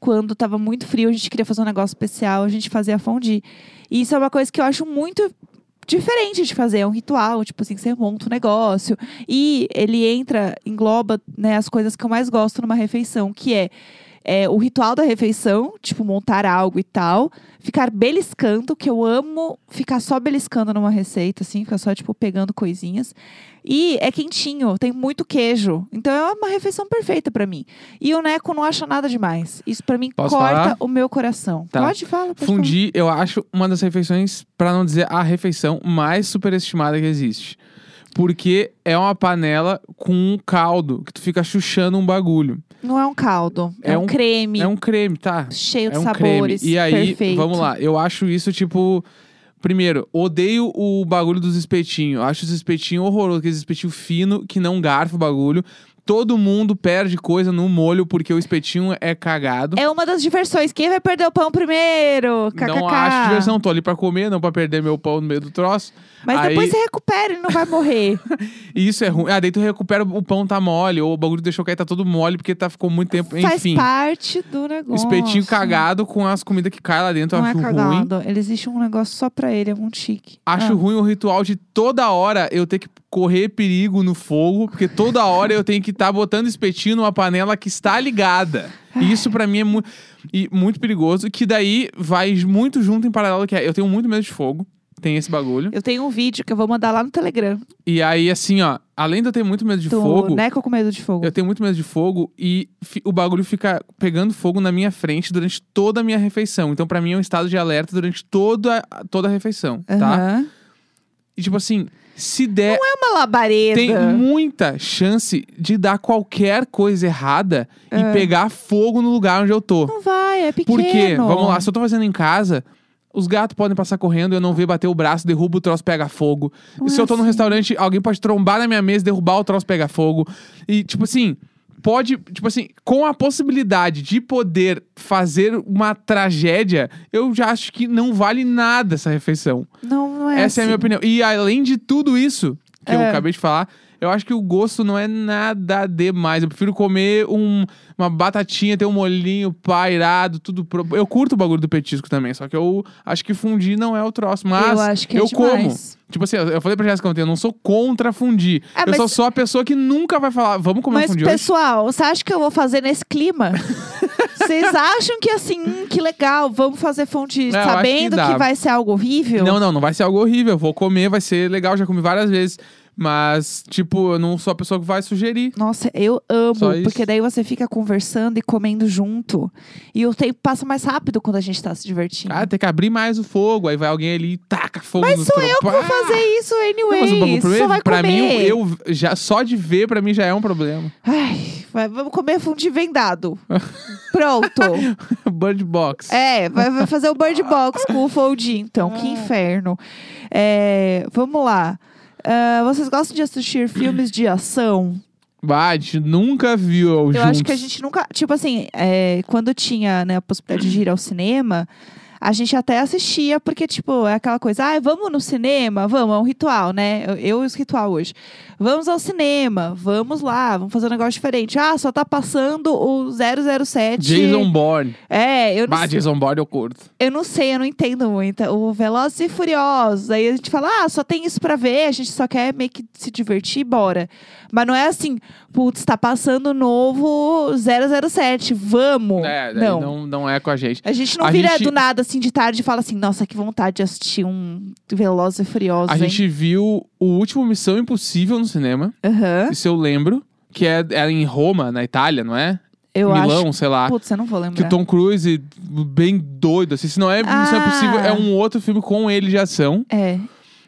Speaker 1: Quando tava muito frio, a gente queria fazer um negócio especial, a gente fazia fundi. E isso é uma coisa que eu acho muito diferente de fazer, é um ritual, tipo assim, você monta um negócio. E ele entra, engloba né, as coisas que eu mais gosto numa refeição, que é. é, o ritual da refeição, tipo, montar algo e tal. Ficar beliscando, que eu amo ficar só beliscando numa receita, assim, ficar só, tipo, pegando coisinhas. E é quentinho, tem muito queijo. Então é uma refeição perfeita pra mim. E o Neco não acha nada demais. Isso pra mim
Speaker 2: Posso
Speaker 1: corta
Speaker 2: falar?
Speaker 1: o meu coração.
Speaker 2: Tá.
Speaker 1: Pode falar. Pode falar.
Speaker 2: Fundi, eu acho uma das refeições, pra não dizer a refeição mais superestimada que existe. Porque é uma panela com um caldo que tu fica chuchando um bagulho.
Speaker 1: Não é um caldo, é,
Speaker 2: É
Speaker 1: um,
Speaker 2: um-
Speaker 1: creme
Speaker 2: É um creme, tá?
Speaker 1: cheio de
Speaker 2: é um
Speaker 1: sabores.
Speaker 2: creme. E aí,
Speaker 1: perfeito.
Speaker 2: vamos lá. Eu acho isso, tipo. Primeiro, odeio o bagulho dos espetinhos. Acho os espetinhos horrorosos, aqueles espetinhos fino que não garfa o bagulho. Todo mundo perde coisa no molho porque o espetinho é cagado.
Speaker 1: É uma das diversões. Quem vai perder o pão primeiro? KKK.
Speaker 2: Não acho diversão, tô ali pra comer, não pra perder meu pão no meio do troço.
Speaker 1: Mas
Speaker 2: Aí-
Speaker 1: depois você recupera, ele não vai morrer.
Speaker 2: E isso é ruim. Ah, daí tu recupera o pão tá mole, ou o bagulho deixou cair, tá todo mole porque tá, ficou muito tempo.
Speaker 1: Faz
Speaker 2: Enfim,
Speaker 1: parte do negócio.
Speaker 2: espetinho cagado com as comidas que caem lá dentro, eu
Speaker 1: Não é
Speaker 2: acho ruim.
Speaker 1: cagado. Ele existe um negócio só pra ele, é um tique.
Speaker 2: Acho
Speaker 1: Ah.
Speaker 2: ruim o ritual de toda hora eu ter que correr perigo no fogo, porque toda hora eu tenho que estar botando espetinho numa panela que está ligada. E Isso pra mim é mu e muito perigoso, que daí vai muito junto em paralelo que é, eu tenho muito medo de fogo, tem esse bagulho.
Speaker 1: Eu tenho um vídeo que eu vou mandar lá no Telegram.
Speaker 2: E aí assim, ó, além de eu ter muito medo de
Speaker 1: do
Speaker 2: fogo,
Speaker 1: Neco com medo de fogo.
Speaker 2: eu tenho muito medo de fogo e fi- o bagulho fica pegando fogo na minha frente durante toda a minha refeição. Então pra mim é um estado de alerta durante toda toda a refeição, tá?
Speaker 1: Aham.
Speaker 2: E tipo assim, se der
Speaker 1: É uma labareda.
Speaker 2: tem um muita chance de dar qualquer coisa errada e pegar fogo no lugar onde eu tô.
Speaker 1: Não vai, é pequeno.
Speaker 2: Porque, vamos lá, se eu tô fazendo em casa, os gatos podem passar correndo, eu não vejo bater o braço, derrubo o troço, pega fogo.
Speaker 1: Não
Speaker 2: se
Speaker 1: é
Speaker 2: eu tô num
Speaker 1: assim.
Speaker 2: restaurante, alguém pode trombar na minha mesa, derrubar o troço, pega fogo. E, tipo assim, pode, tipo assim, com a possibilidade de poder fazer uma tragédia, eu já acho que não vale nada essa refeição.
Speaker 1: Não, não é
Speaker 2: Essa é a minha
Speaker 1: assim.
Speaker 2: opinião. E além de tudo isso que eu
Speaker 1: É.
Speaker 2: acabei de falar, eu acho que o gosto não é nada demais. Eu prefiro comer um- uma batatinha, ter um molhinho pairado, tudo. pro- Eu curto o bagulho do petisco também, só que eu acho que fundir não é o troço. Mas
Speaker 1: eu acho que é
Speaker 2: como.
Speaker 1: demais.
Speaker 2: Tipo assim, eu eu falei pra Jéssica ontem, eu não sou contra fundir.
Speaker 1: É,
Speaker 2: eu
Speaker 1: mas-
Speaker 2: sou só a pessoa que nunca vai falar, vamos comer um
Speaker 1: Mas,
Speaker 2: fundir hoje?
Speaker 1: pessoal, você acha que eu vou fazer nesse clima? Vocês acham que assim, hum, que legal, vamos fazer fondue
Speaker 2: É, eu acho que
Speaker 1: sabendo que,
Speaker 2: dá.
Speaker 1: vai ser algo horrível?
Speaker 2: Não, não, não vai ser algo horrível. Eu vou comer, vai ser legal, já comi várias vezes. Mas, tipo, eu não sou a pessoa que vai sugerir.
Speaker 1: Nossa, eu amo,
Speaker 2: Só isso.
Speaker 1: porque daí você fica conversando e comendo junto. E o tempo passa mais rápido quando a gente tá se divertindo.
Speaker 2: Ah, tem que abrir mais o fogo. Aí vai alguém ali e taca fogo Ah,
Speaker 1: Mas
Speaker 2: no
Speaker 1: sou eu que vou fazer isso
Speaker 2: Não, mas o um bagulho
Speaker 1: anyway.
Speaker 2: pra mim-
Speaker 1: Só vai
Speaker 2: pra
Speaker 1: comer.
Speaker 2: mim, eu já, só de ver, pra mim já é um problema.
Speaker 1: Ai, vai- vamos comer fundi vendado. Pronto.
Speaker 2: Bird Box.
Speaker 1: É, vai, vai fazer o Bird Box com o Foldin, então.
Speaker 2: Ah.
Speaker 1: Que inferno. É, vamos lá. Ah, vocês gostam de assistir filmes de ação?
Speaker 2: Bah, a gente nunca viu
Speaker 1: Eu
Speaker 2: juntos.
Speaker 1: acho que a gente nunca. Tipo assim, é, quando tinha né, a possibilidade de ir ao cinema, a gente até assistia, porque, tipo, é aquela coisa, ah, vamos no cinema, vamos, é um ritual, né? Eu- Eu e os ritual hoje. Vamos ao cinema, vamos lá, vamos fazer um negócio diferente. Ah, só tá passando o 007.
Speaker 2: Jason Bourne.
Speaker 1: É, eu não
Speaker 2: Bah, Jason Bourne eu curto.
Speaker 1: eu não sei, eu não entendo muito. O Velozes e Furiosos. Aí a gente fala, ah, só tem isso pra ver, a gente só quer meio que se divertir e bora. Mas não é assim, putz, tá passando o novo 007, vamos.
Speaker 2: É, daí
Speaker 1: não.
Speaker 2: não, não é com a gente.
Speaker 1: A gente não
Speaker 2: A
Speaker 1: vira
Speaker 2: gente-
Speaker 1: do nada assim de tarde e fala assim, nossa, que vontade de assistir um Velozes e Furiosos,
Speaker 2: A
Speaker 1: hein?
Speaker 2: gente viu o último Missão Impossível no cinema.
Speaker 1: Aham.
Speaker 2: Isso eu lembro. Que é, era em Roma, na Itália, não é?
Speaker 1: Eu
Speaker 2: Milão, sei lá.
Speaker 1: acho. Putz, eu não vou
Speaker 2: Que o
Speaker 1: lembrar.
Speaker 2: Tom Cruise, bem doido, assim. Se não é Missão
Speaker 1: Ah.
Speaker 2: Impossível, é um outro filme com ele de ação.
Speaker 1: É.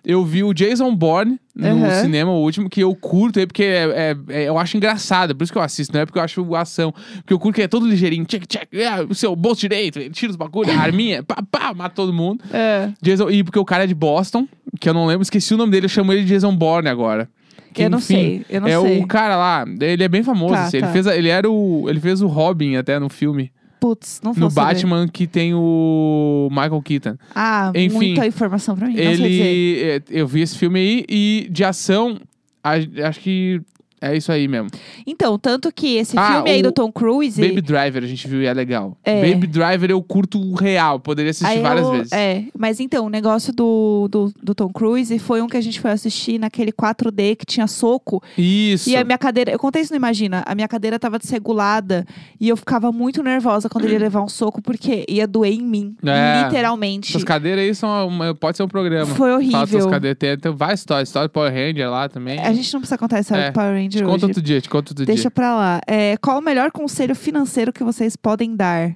Speaker 2: Eu vi o Jason Bourne no
Speaker 1: Aham.
Speaker 2: cinema, o último, que eu curto aí, porque é- é- é- eu acho engraçado, por isso que eu assisto, não é porque eu acho ação. Porque eu curto que é todo ligeirinho, check, check, é, o seu bolso direito, ele tira os bagulhos, a arminha, pá, pá, mata todo mundo.
Speaker 1: É.
Speaker 2: Jason, e porque o cara é de Boston, que eu não lembro, esqueci o nome dele, eu chamo ele de Jason Bourne agora. Que,
Speaker 1: Eu não
Speaker 2: enfim,
Speaker 1: sei, eu não
Speaker 2: é
Speaker 1: sei.
Speaker 2: o cara lá, ele é bem famoso,
Speaker 1: Tá,
Speaker 2: assim,
Speaker 1: tá.
Speaker 2: Ele, fez, a- ele, era o, ele fez o Robin até no filme,
Speaker 1: Putz, não vou
Speaker 2: no
Speaker 1: saber.
Speaker 2: Batman, que tem o Michael Keaton.
Speaker 1: Ah,
Speaker 2: Enfim,
Speaker 1: muita informação pra mim, não sei Então, dizer.
Speaker 2: Ele. é, Eu vi esse filme aí e de ação, a- acho que É isso aí mesmo.
Speaker 1: Então, tanto que esse
Speaker 2: Ah,
Speaker 1: filme aí
Speaker 2: o
Speaker 1: do Tom Cruise.
Speaker 2: Baby Driver, a gente viu e é legal.
Speaker 1: É.
Speaker 2: Baby Driver eu curto o real, poderia assistir
Speaker 1: aí
Speaker 2: várias
Speaker 1: eu-
Speaker 2: vezes.
Speaker 1: É, mas então, o negócio do, do, do Tom Cruise foi um que a gente foi assistir naquele 4D que tinha soco.
Speaker 2: Isso.
Speaker 1: E a minha cadeira, eu contei isso no Imagina, a minha cadeira tava desregulada e eu ficava muito nervosa quando ele ia levar um soco, porque ia doer em mim.
Speaker 2: É.
Speaker 1: Literalmente.
Speaker 2: Essas cadeiras aí são uma- pode ser um programa.
Speaker 1: Foi
Speaker 2: Fala dessas
Speaker 1: horrível.
Speaker 2: cadeiras. Tem, tem várias histórias. História do Power Ranger lá também.
Speaker 1: A gente não precisa contar essa
Speaker 2: É,
Speaker 1: do Power Ranger
Speaker 2: te conta
Speaker 1: hoje.
Speaker 2: outro dia, te conta outro
Speaker 1: Deixa
Speaker 2: dia.
Speaker 1: pra lá. É, qual o melhor conselho financeiro que vocês podem dar?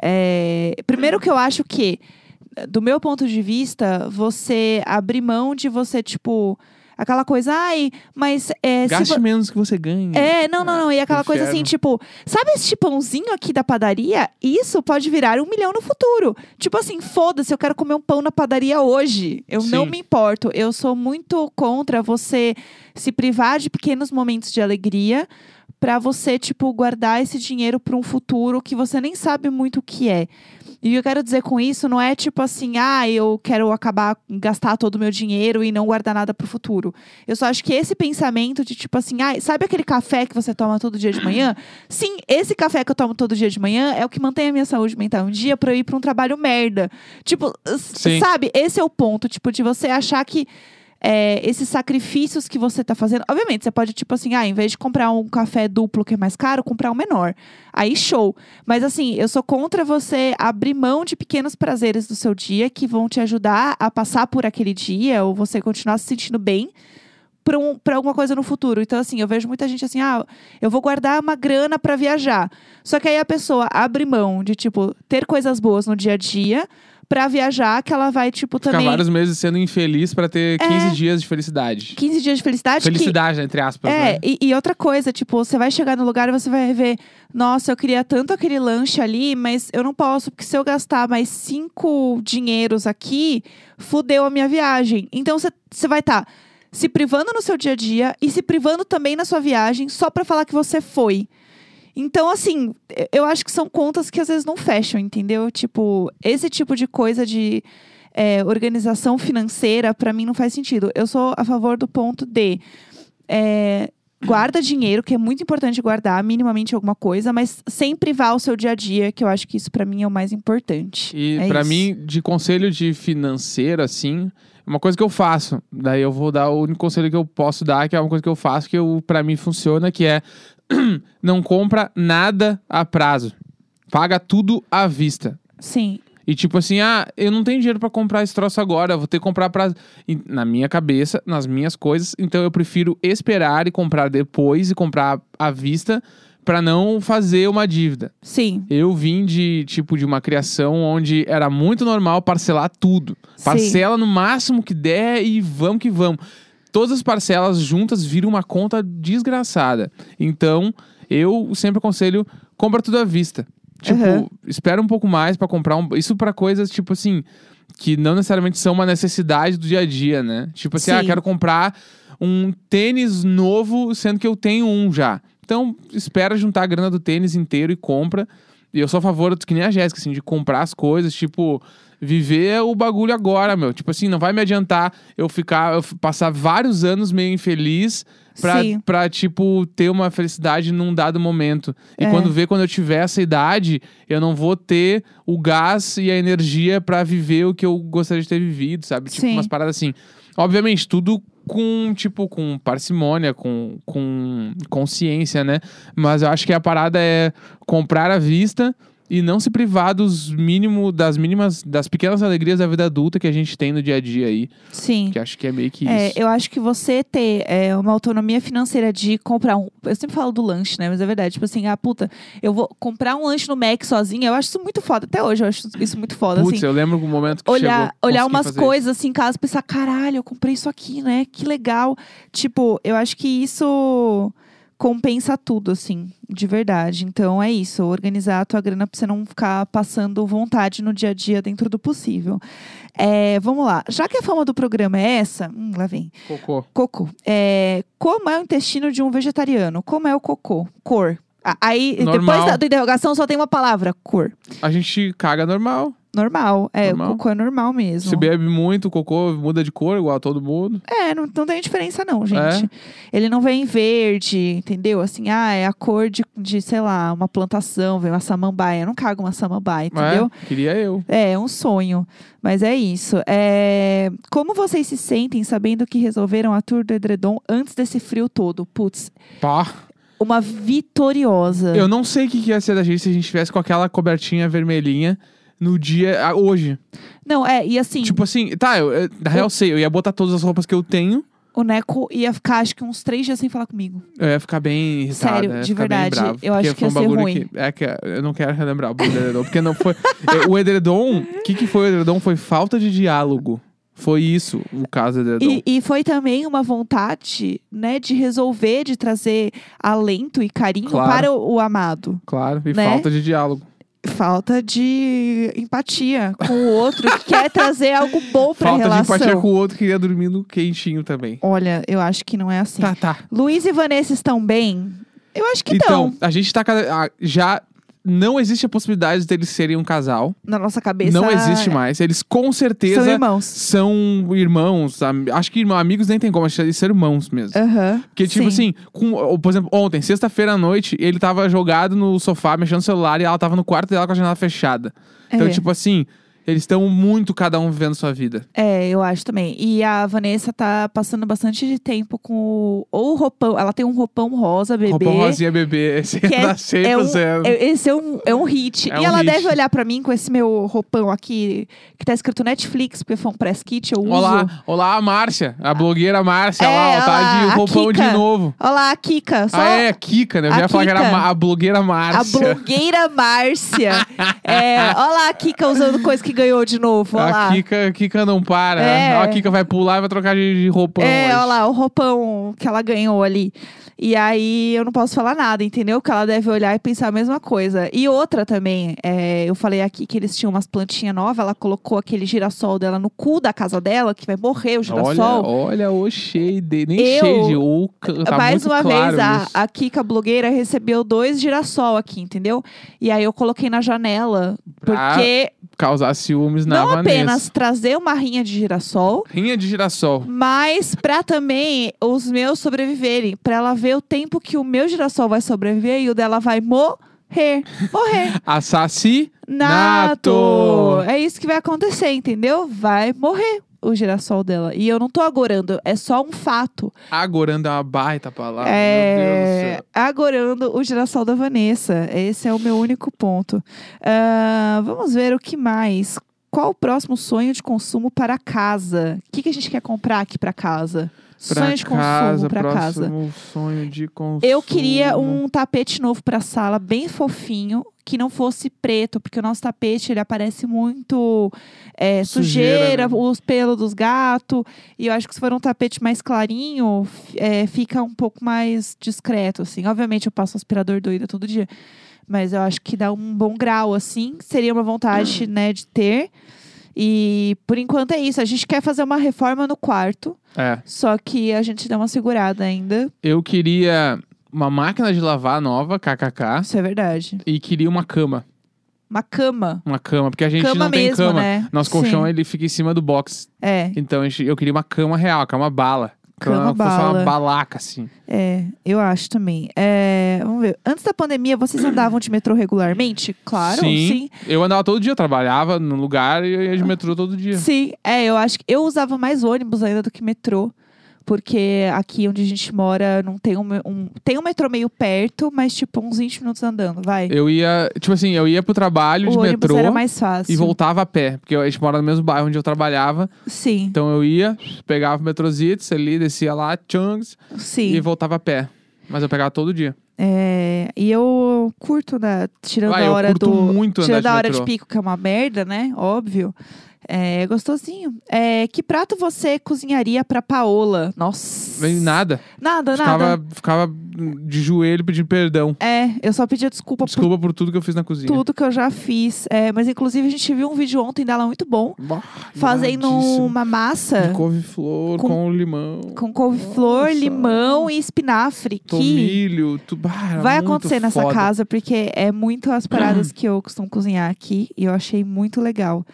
Speaker 1: É, primeiro que eu acho que, do meu ponto de vista, você abrir mão de você, tipo, aquela coisa, ai, mas é, se
Speaker 2: Gaste
Speaker 1: vo-
Speaker 2: menos que você ganha.
Speaker 1: É, não, não, não. E aquela coisa
Speaker 2: inferno.
Speaker 1: assim, tipo, sabe esse pãozinho aqui da padaria? Isso pode virar um milhão no futuro. Tipo assim, foda-se, eu quero comer um pão na padaria hoje. Eu não
Speaker 2: Sim.
Speaker 1: me importo. Eu sou muito contra você se privar de pequenos momentos de alegria pra você, tipo, guardar esse dinheiro pra um futuro que você nem sabe muito o que é. E eu quero dizer com isso, não é tipo assim, ah, eu quero acabar, gastar todo o meu dinheiro e não guardar nada pro futuro. Eu só acho que esse pensamento de tipo assim, ah, sabe aquele café que você toma todo dia de manhã? Sim, esse café que eu tomo todo dia de manhã é o que mantém a minha saúde mental um dia pra eu ir pra um trabalho merda. Tipo, s-
Speaker 2: Sim.
Speaker 1: sabe? Esse é o ponto, tipo, de você achar que é, esses sacrifícios que você tá fazendo. Obviamente, você pode, tipo assim, ah, em vez de comprar um café duplo que é mais caro, comprar um menor. Aí, show. Mas assim, eu sou contra você abrir mão de pequenos prazeres do seu dia que vão te ajudar a passar por aquele dia ou você continuar se sentindo bem pra, um- pra alguma coisa no futuro. Então, assim, eu vejo muita gente assim, ah, eu vou guardar uma grana pra viajar. Só que aí a pessoa abre mão de, tipo, ter coisas boas no dia a dia pra viajar, que ela vai, tipo,
Speaker 2: Ficar
Speaker 1: também.
Speaker 2: vários meses sendo infeliz pra ter 15
Speaker 1: É.
Speaker 2: dias de felicidade.
Speaker 1: 15 dias de felicidade, que
Speaker 2: felicidade, né, entre aspas.
Speaker 1: É,
Speaker 2: né?
Speaker 1: e, e outra coisa, tipo, você vai chegar no lugar e você vai ver, nossa, eu queria tanto aquele lanche ali, mas eu não posso, porque se eu gastar mais cinco dinheiros aqui, fudeu a minha viagem. Então você você vai estar se privando no seu dia a dia e se privando também na sua viagem só pra falar que você foi. Então, assim, eu- eu acho que são contas que às vezes não fecham, entendeu? Tipo, esse tipo de coisa de é, organização financeira, pra mim, não faz sentido. Eu sou a favor do ponto de é, guarda dinheiro, que é muito importante guardar minimamente alguma coisa, mas sem privar o seu dia a dia, que eu acho que isso pra mim é o mais importante.
Speaker 2: E
Speaker 1: é
Speaker 2: pra
Speaker 1: isso.
Speaker 2: mim, de conselho de financeiro, assim, uma coisa que eu faço, daí eu vou dar o único conselho que eu posso dar, que é uma coisa que eu faço que eu, pra mim funciona, que é não compra nada a prazo. Paga tudo à vista.
Speaker 1: Sim.
Speaker 2: E tipo assim, ah, eu não tenho dinheiro pra comprar esse troço agora, eu vou ter que comprar pra... E na minha cabeça, nas minhas coisas, então eu prefiro esperar e comprar depois e comprar à vista pra não fazer uma dívida.
Speaker 1: Sim.
Speaker 2: Eu vim de tipo de uma criação onde era muito normal parcelar tudo.
Speaker 1: Sim.
Speaker 2: Parcela no máximo que der e vamos que vamos. Todas as parcelas juntas viram uma conta desgraçada. Então, eu sempre aconselho compra tudo à vista. Tipo,
Speaker 1: Aham.
Speaker 2: espera um pouco mais pra comprar um, isso pra coisas tipo assim que não necessariamente são uma necessidade do dia a dia, né? Tipo assim, ah,
Speaker 1: Sim.
Speaker 2: quero comprar um tênis novo, sendo que eu tenho um já. Então, espera juntar a grana do tênis inteiro e compra. E eu sou a favor, que nem a Jéssica, assim, de comprar as coisas, tipo, viver o bagulho agora, meu. Tipo assim, não vai me adiantar eu ficar, eu f- passar vários anos meio infeliz pra,
Speaker 1: Sim.
Speaker 2: pra tipo, ter uma felicidade num dado momento. E
Speaker 1: É.
Speaker 2: quando vê, quando eu tiver essa idade, eu não vou ter o gás e a energia pra viver o que eu gostaria de ter vivido, sabe? Tipo,
Speaker 1: Sim.
Speaker 2: umas paradas assim. Obviamente, tudo com, tipo, com parcimônia, com, com consciência, né? Mas eu acho que a parada é comprar à vista e não se privar dos mínimo, das mínimas, das pequenas alegrias da vida adulta que a gente tem no dia a dia aí.
Speaker 1: Sim.
Speaker 2: Que acho que é meio que isso.
Speaker 1: É, eu acho que você ter é, uma autonomia financeira de comprar um. Eu sempre falo do lanche, né? Mas é verdade. Tipo assim, ah, puta, eu vou comprar um lanche no Mac sozinha. Eu acho isso muito foda. Até hoje eu acho isso muito foda.
Speaker 2: Putz,
Speaker 1: assim.
Speaker 2: eu lembro o momento que
Speaker 1: olhar,
Speaker 2: chegou,
Speaker 1: olhar
Speaker 2: consegui
Speaker 1: umas
Speaker 2: fazer
Speaker 1: coisas assim em casa e pensar, caralho, eu comprei isso aqui, né? Que legal. Tipo, eu acho que isso compensa tudo, assim, de verdade. Então é isso, organizar a tua grana pra você não ficar passando vontade no dia a dia dentro do possível. É, vamos lá. Já que a fama do programa é essa, hum, lá vem.
Speaker 2: isso. Cocô.
Speaker 1: Cocô. É, como é o intestino de um vegetariano? Como é o cocô? Cor. Ah, Aí,
Speaker 2: Normal.
Speaker 1: depois da, da interrogação, só tem uma palavra: cor.
Speaker 2: A gente caga normal.
Speaker 1: Normal. É,
Speaker 2: Normal?
Speaker 1: o cocô é normal mesmo.
Speaker 2: Se bebe muito, o cocô muda de cor, igual a todo mundo.
Speaker 1: É, não, não tem diferença não, gente.
Speaker 2: É?
Speaker 1: Ele não vem verde, entendeu? Assim, ah, é a cor de, de, sei lá, uma plantação, vem uma samambaia. Eu não cago uma samambaia, entendeu?
Speaker 2: É, queria eu.
Speaker 1: É, é um sonho. Mas é isso. É, Como vocês se sentem sabendo que resolveram a tour do edredom antes desse frio todo? Putz,
Speaker 2: Pá.
Speaker 1: uma vitoriosa.
Speaker 2: Eu não sei o que que ia ser da gente se a gente tivesse com aquela cobertinha vermelhinha no dia. ah, hoje.
Speaker 1: Não, é, e assim,
Speaker 2: Tipo assim, tá, eu, eu- na real sei, eu ia botar todas as roupas que eu tenho,
Speaker 1: o Neco ia ficar, acho que uns três dias sem falar comigo.
Speaker 2: eu ia ficar bem irritado.
Speaker 1: Sério, de verdade, eu acho que
Speaker 2: foi
Speaker 1: ia
Speaker 2: um
Speaker 1: ser
Speaker 2: bagulho
Speaker 1: ruim.
Speaker 2: Que, é que eu não quero relembrar o bagulho do edredom, porque não foi. é, o edredom, o que, que foi o edredom? Foi falta de diálogo. Foi isso o caso do edredom.
Speaker 1: E, e foi também uma vontade, né, de resolver, de trazer alento e carinho
Speaker 2: Claro.
Speaker 1: para o, o amado.
Speaker 2: Claro, e
Speaker 1: né?
Speaker 2: falta de diálogo.
Speaker 1: Falta de empatia com o outro que quer trazer algo bom para a
Speaker 2: Falta de
Speaker 1: relação.
Speaker 2: empatia com o outro que ia dormindo quentinho também.
Speaker 1: Olha, eu acho que não é assim.
Speaker 2: Tá, tá.
Speaker 1: Luiz e Vanessa estão bem? Eu acho que
Speaker 2: então,
Speaker 1: estão.
Speaker 2: a gente tá cada- ah, já não existe a possibilidade deles serem um casal.
Speaker 1: Na nossa cabeça.
Speaker 2: Não existe mais. Eles com certeza
Speaker 1: São
Speaker 2: são,
Speaker 1: irmãos.
Speaker 2: irmãos. am- Acho que irmão- amigos nem tem como, acho que eles são irmãos mesmo.
Speaker 1: Aham.
Speaker 2: Porque, tipo
Speaker 1: É, Sim.
Speaker 2: assim, com- ou, por exemplo, ontem, sexta-feira à noite, ele tava jogado no sofá, mexendo no celular, e ela tava no quarto dela com a janela fechada. Então,
Speaker 1: é.
Speaker 2: tipo assim, eles estão muito cada um vivendo sua vida.
Speaker 1: É, eu acho também. E a Vanessa tá passando bastante de tempo com o... Ou o roupão. Ela tem um roupão rosa, bebê.
Speaker 2: Roupão rosinha bebê, esse
Speaker 1: Que é-
Speaker 2: é, dá 100%.
Speaker 1: É, Esse é um, é um hit.
Speaker 2: É
Speaker 1: e
Speaker 2: um
Speaker 1: ela
Speaker 2: hit.
Speaker 1: deve olhar pra mim com esse meu roupão aqui, que tá escrito Netflix, porque foi um press kit, eu uso.
Speaker 2: Olá, olá, a Márcia, a blogueira Márcia,
Speaker 1: É,
Speaker 2: lá, ó, tá
Speaker 1: olá,
Speaker 2: de
Speaker 1: a
Speaker 2: roupão de
Speaker 1: Kika.
Speaker 2: novo.
Speaker 1: Olá, a Kika. Só
Speaker 2: Ah, é, a Kika, né? Eu
Speaker 1: A
Speaker 2: já ia falar que era a
Speaker 1: Kika.
Speaker 2: Ma- a blogueira
Speaker 1: a
Speaker 2: Márcia.
Speaker 1: blogueira Márcia. é, olá, a Kika usando coisa que ganhou de novo. Olá.
Speaker 2: A Kika, a Kika não para. né?
Speaker 1: É.
Speaker 2: Ó, A Kika vai pular e vai trocar de, de roupão.
Speaker 1: É,
Speaker 2: hoje.
Speaker 1: olha lá, o roupão que ela ganhou ali. E aí eu não posso falar nada, entendeu? Porque ela deve olhar e pensar a mesma coisa. E outra também, é, eu falei aqui que eles tinham umas plantinhas novas, ela colocou aquele girassol dela no cu da casa dela, que vai morrer o
Speaker 2: Olha,
Speaker 1: girassol.
Speaker 2: olha o shade, nem
Speaker 1: Eu-
Speaker 2: shade, o ca- tá
Speaker 1: Mais
Speaker 2: muito
Speaker 1: uma
Speaker 2: claro
Speaker 1: vez, a,
Speaker 2: isso.
Speaker 1: a Kika blogueira recebeu dois girassol aqui, entendeu? E aí eu coloquei na janela,
Speaker 2: Pra
Speaker 1: porque
Speaker 2: causar ciúmes na
Speaker 1: não
Speaker 2: Ah, Vanessa.
Speaker 1: apenas trazer uma rinha de girassol,
Speaker 2: Rinha de girassol.
Speaker 1: Mas pra também os meus sobreviverem, Pra ela ver o tempo que o meu girassol vai sobreviver e o dela vai morrer. Morrer.
Speaker 2: Assassinato.
Speaker 1: Nato! É isso que vai acontecer, entendeu? Vai morrer o girassol dela. E eu não tô agorando, é só um fato.
Speaker 2: Agorando é uma baita palavra. Meu Deus do
Speaker 1: é
Speaker 2: céu.
Speaker 1: agorando o girassol da Vanessa. Esse é o meu único ponto. Ah, vamos ver o que mais. Qual o próximo sonho de consumo para casa? O que, que a gente quer comprar aqui para casa?
Speaker 2: Pra
Speaker 1: sonho de
Speaker 2: casa,
Speaker 1: consumo para casa.
Speaker 2: próximo sonho de consumo.
Speaker 1: Eu queria um tapete novo pra sala, bem fofinho, que não fosse preto, porque o nosso tapete ele aparece muito é,
Speaker 2: Sujeira,
Speaker 1: sujeira,
Speaker 2: né?
Speaker 1: os pelos dos gatos. E eu acho que se for um tapete mais clarinho, f- é, fica um pouco mais discreto, assim. Obviamente eu passo aspirador doido todo dia, mas eu acho que dá um bom grau, assim. Seria uma vontade, né, de ter. E por enquanto é isso. A gente quer fazer uma reforma no quarto,
Speaker 2: É.
Speaker 1: só que a gente dá uma segurada ainda.
Speaker 2: Eu queria uma máquina de lavar nova, kkk,
Speaker 1: Isso é verdade.
Speaker 2: e queria uma cama.
Speaker 1: Uma cama.
Speaker 2: Uma cama, porque a gente
Speaker 1: cama
Speaker 2: não tem
Speaker 1: mesmo,
Speaker 2: cama.
Speaker 1: né?
Speaker 2: Nosso colchão,
Speaker 1: Sim.
Speaker 2: ele fica em cima do box.
Speaker 1: é.
Speaker 2: Então a gente- eu queria uma cama real, cama bala.
Speaker 1: Cama
Speaker 2: que fosse uma
Speaker 1: bala.
Speaker 2: balaca, assim.
Speaker 1: É, eu acho também. É, vamos ver. Antes da pandemia, vocês andavam de metrô regularmente? Claro,
Speaker 2: sim.
Speaker 1: sim.
Speaker 2: Eu andava todo dia, eu trabalhava num lugar e eu ia de metrô todo dia.
Speaker 1: Ah. Sim, é, eu acho que eu usava mais ônibus ainda do que metrô. Porque aqui onde a gente mora não tem um, um- tem um metrô meio perto, mas tipo uns 20 minutos andando, vai.
Speaker 2: Eu ia, tipo assim, eu ia pro trabalho de
Speaker 1: o ônibus
Speaker 2: metrô
Speaker 1: era mais assim. fácil.
Speaker 2: e voltava a pé, porque a gente mora no mesmo bairro onde eu trabalhava.
Speaker 1: Sim,
Speaker 2: Então eu ia, pegava o metrozito ali, descia lá, chungs,
Speaker 1: sim.
Speaker 2: e voltava a pé. Mas eu pegava todo dia.
Speaker 1: É, e eu curto, né, tirando
Speaker 2: Vai,
Speaker 1: a
Speaker 2: eu
Speaker 1: hora
Speaker 2: curto
Speaker 1: do.
Speaker 2: muito andar
Speaker 1: tirando
Speaker 2: de
Speaker 1: a hora
Speaker 2: metrô.
Speaker 1: de pico, que é uma merda, né? Óbvio. É gostosinho. É, que prato você cozinharia pra Paola? Nossa.
Speaker 2: Nem Nada.
Speaker 1: Nada, nada.
Speaker 2: Ficava, ficava de joelho pedindo perdão.
Speaker 1: É, eu só pedi a desculpa,
Speaker 2: Desculpa por tudo que eu fiz na cozinha.
Speaker 1: por tudo que eu já fiz. É, mas inclusive a gente viu um vídeo ontem dela muito bom,
Speaker 2: Bah,
Speaker 1: fazendo
Speaker 2: iradíssimo.
Speaker 1: uma massa
Speaker 2: De couve-flor com...
Speaker 1: Com-
Speaker 2: limão.
Speaker 1: com couve-flor,
Speaker 2: Nossa.
Speaker 1: limão e espinafre. Que
Speaker 2: Tomilho. Tu... Bah, era
Speaker 1: vai
Speaker 2: muito
Speaker 1: acontecer nessa
Speaker 2: foda.
Speaker 1: casa, porque é muito as paradas que eu costumo cozinhar aqui e eu achei muito legal.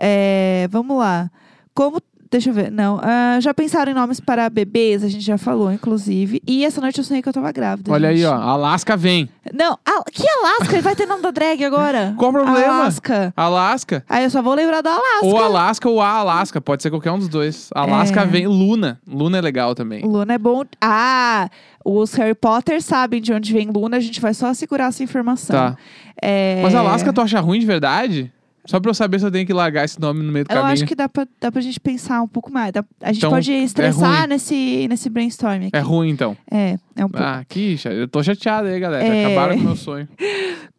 Speaker 1: É, vamos lá. Como. Deixa eu ver. Não. ah, já pensaram em nomes para bebês? A gente já falou, inclusive. E essa noite eu sonhei que eu tava grávida.
Speaker 2: Olha aí,
Speaker 1: gente.
Speaker 2: ó. Alasca vem.
Speaker 1: Não, Al- que Alasca? Ele vai ter nome da drag agora?
Speaker 2: Qual o problema?
Speaker 1: Alasca.
Speaker 2: Alasca.
Speaker 1: Aí eu só vou lembrar do Alasca.
Speaker 2: Ou Alasca ou a Alasca. Pode ser qualquer um dos dois. Alasca
Speaker 1: É.
Speaker 2: vem. Luna. Luna é legal também.
Speaker 1: Luna é bom. Ah, os Harry Potter sabem de onde vem Luna, a gente vai só segurar essa informação.
Speaker 2: Tá.
Speaker 1: É,
Speaker 2: Mas Alasca tu acha ruim de verdade? Só pra eu saber se eu tenho que largar esse nome no meio do
Speaker 1: Eu
Speaker 2: caminho.
Speaker 1: acho que dá pra, dá pra gente pensar um pouco mais. Dá- a gente
Speaker 2: Então,
Speaker 1: pode
Speaker 2: é
Speaker 1: estressar
Speaker 2: ruim.
Speaker 1: nesse, nesse brainstorm aqui.
Speaker 2: É ruim, então.
Speaker 1: É, é um pouco.
Speaker 2: Ah, que cha- Eu tô chateado aí, galera.
Speaker 1: É.
Speaker 2: Acabaram com o meu sonho.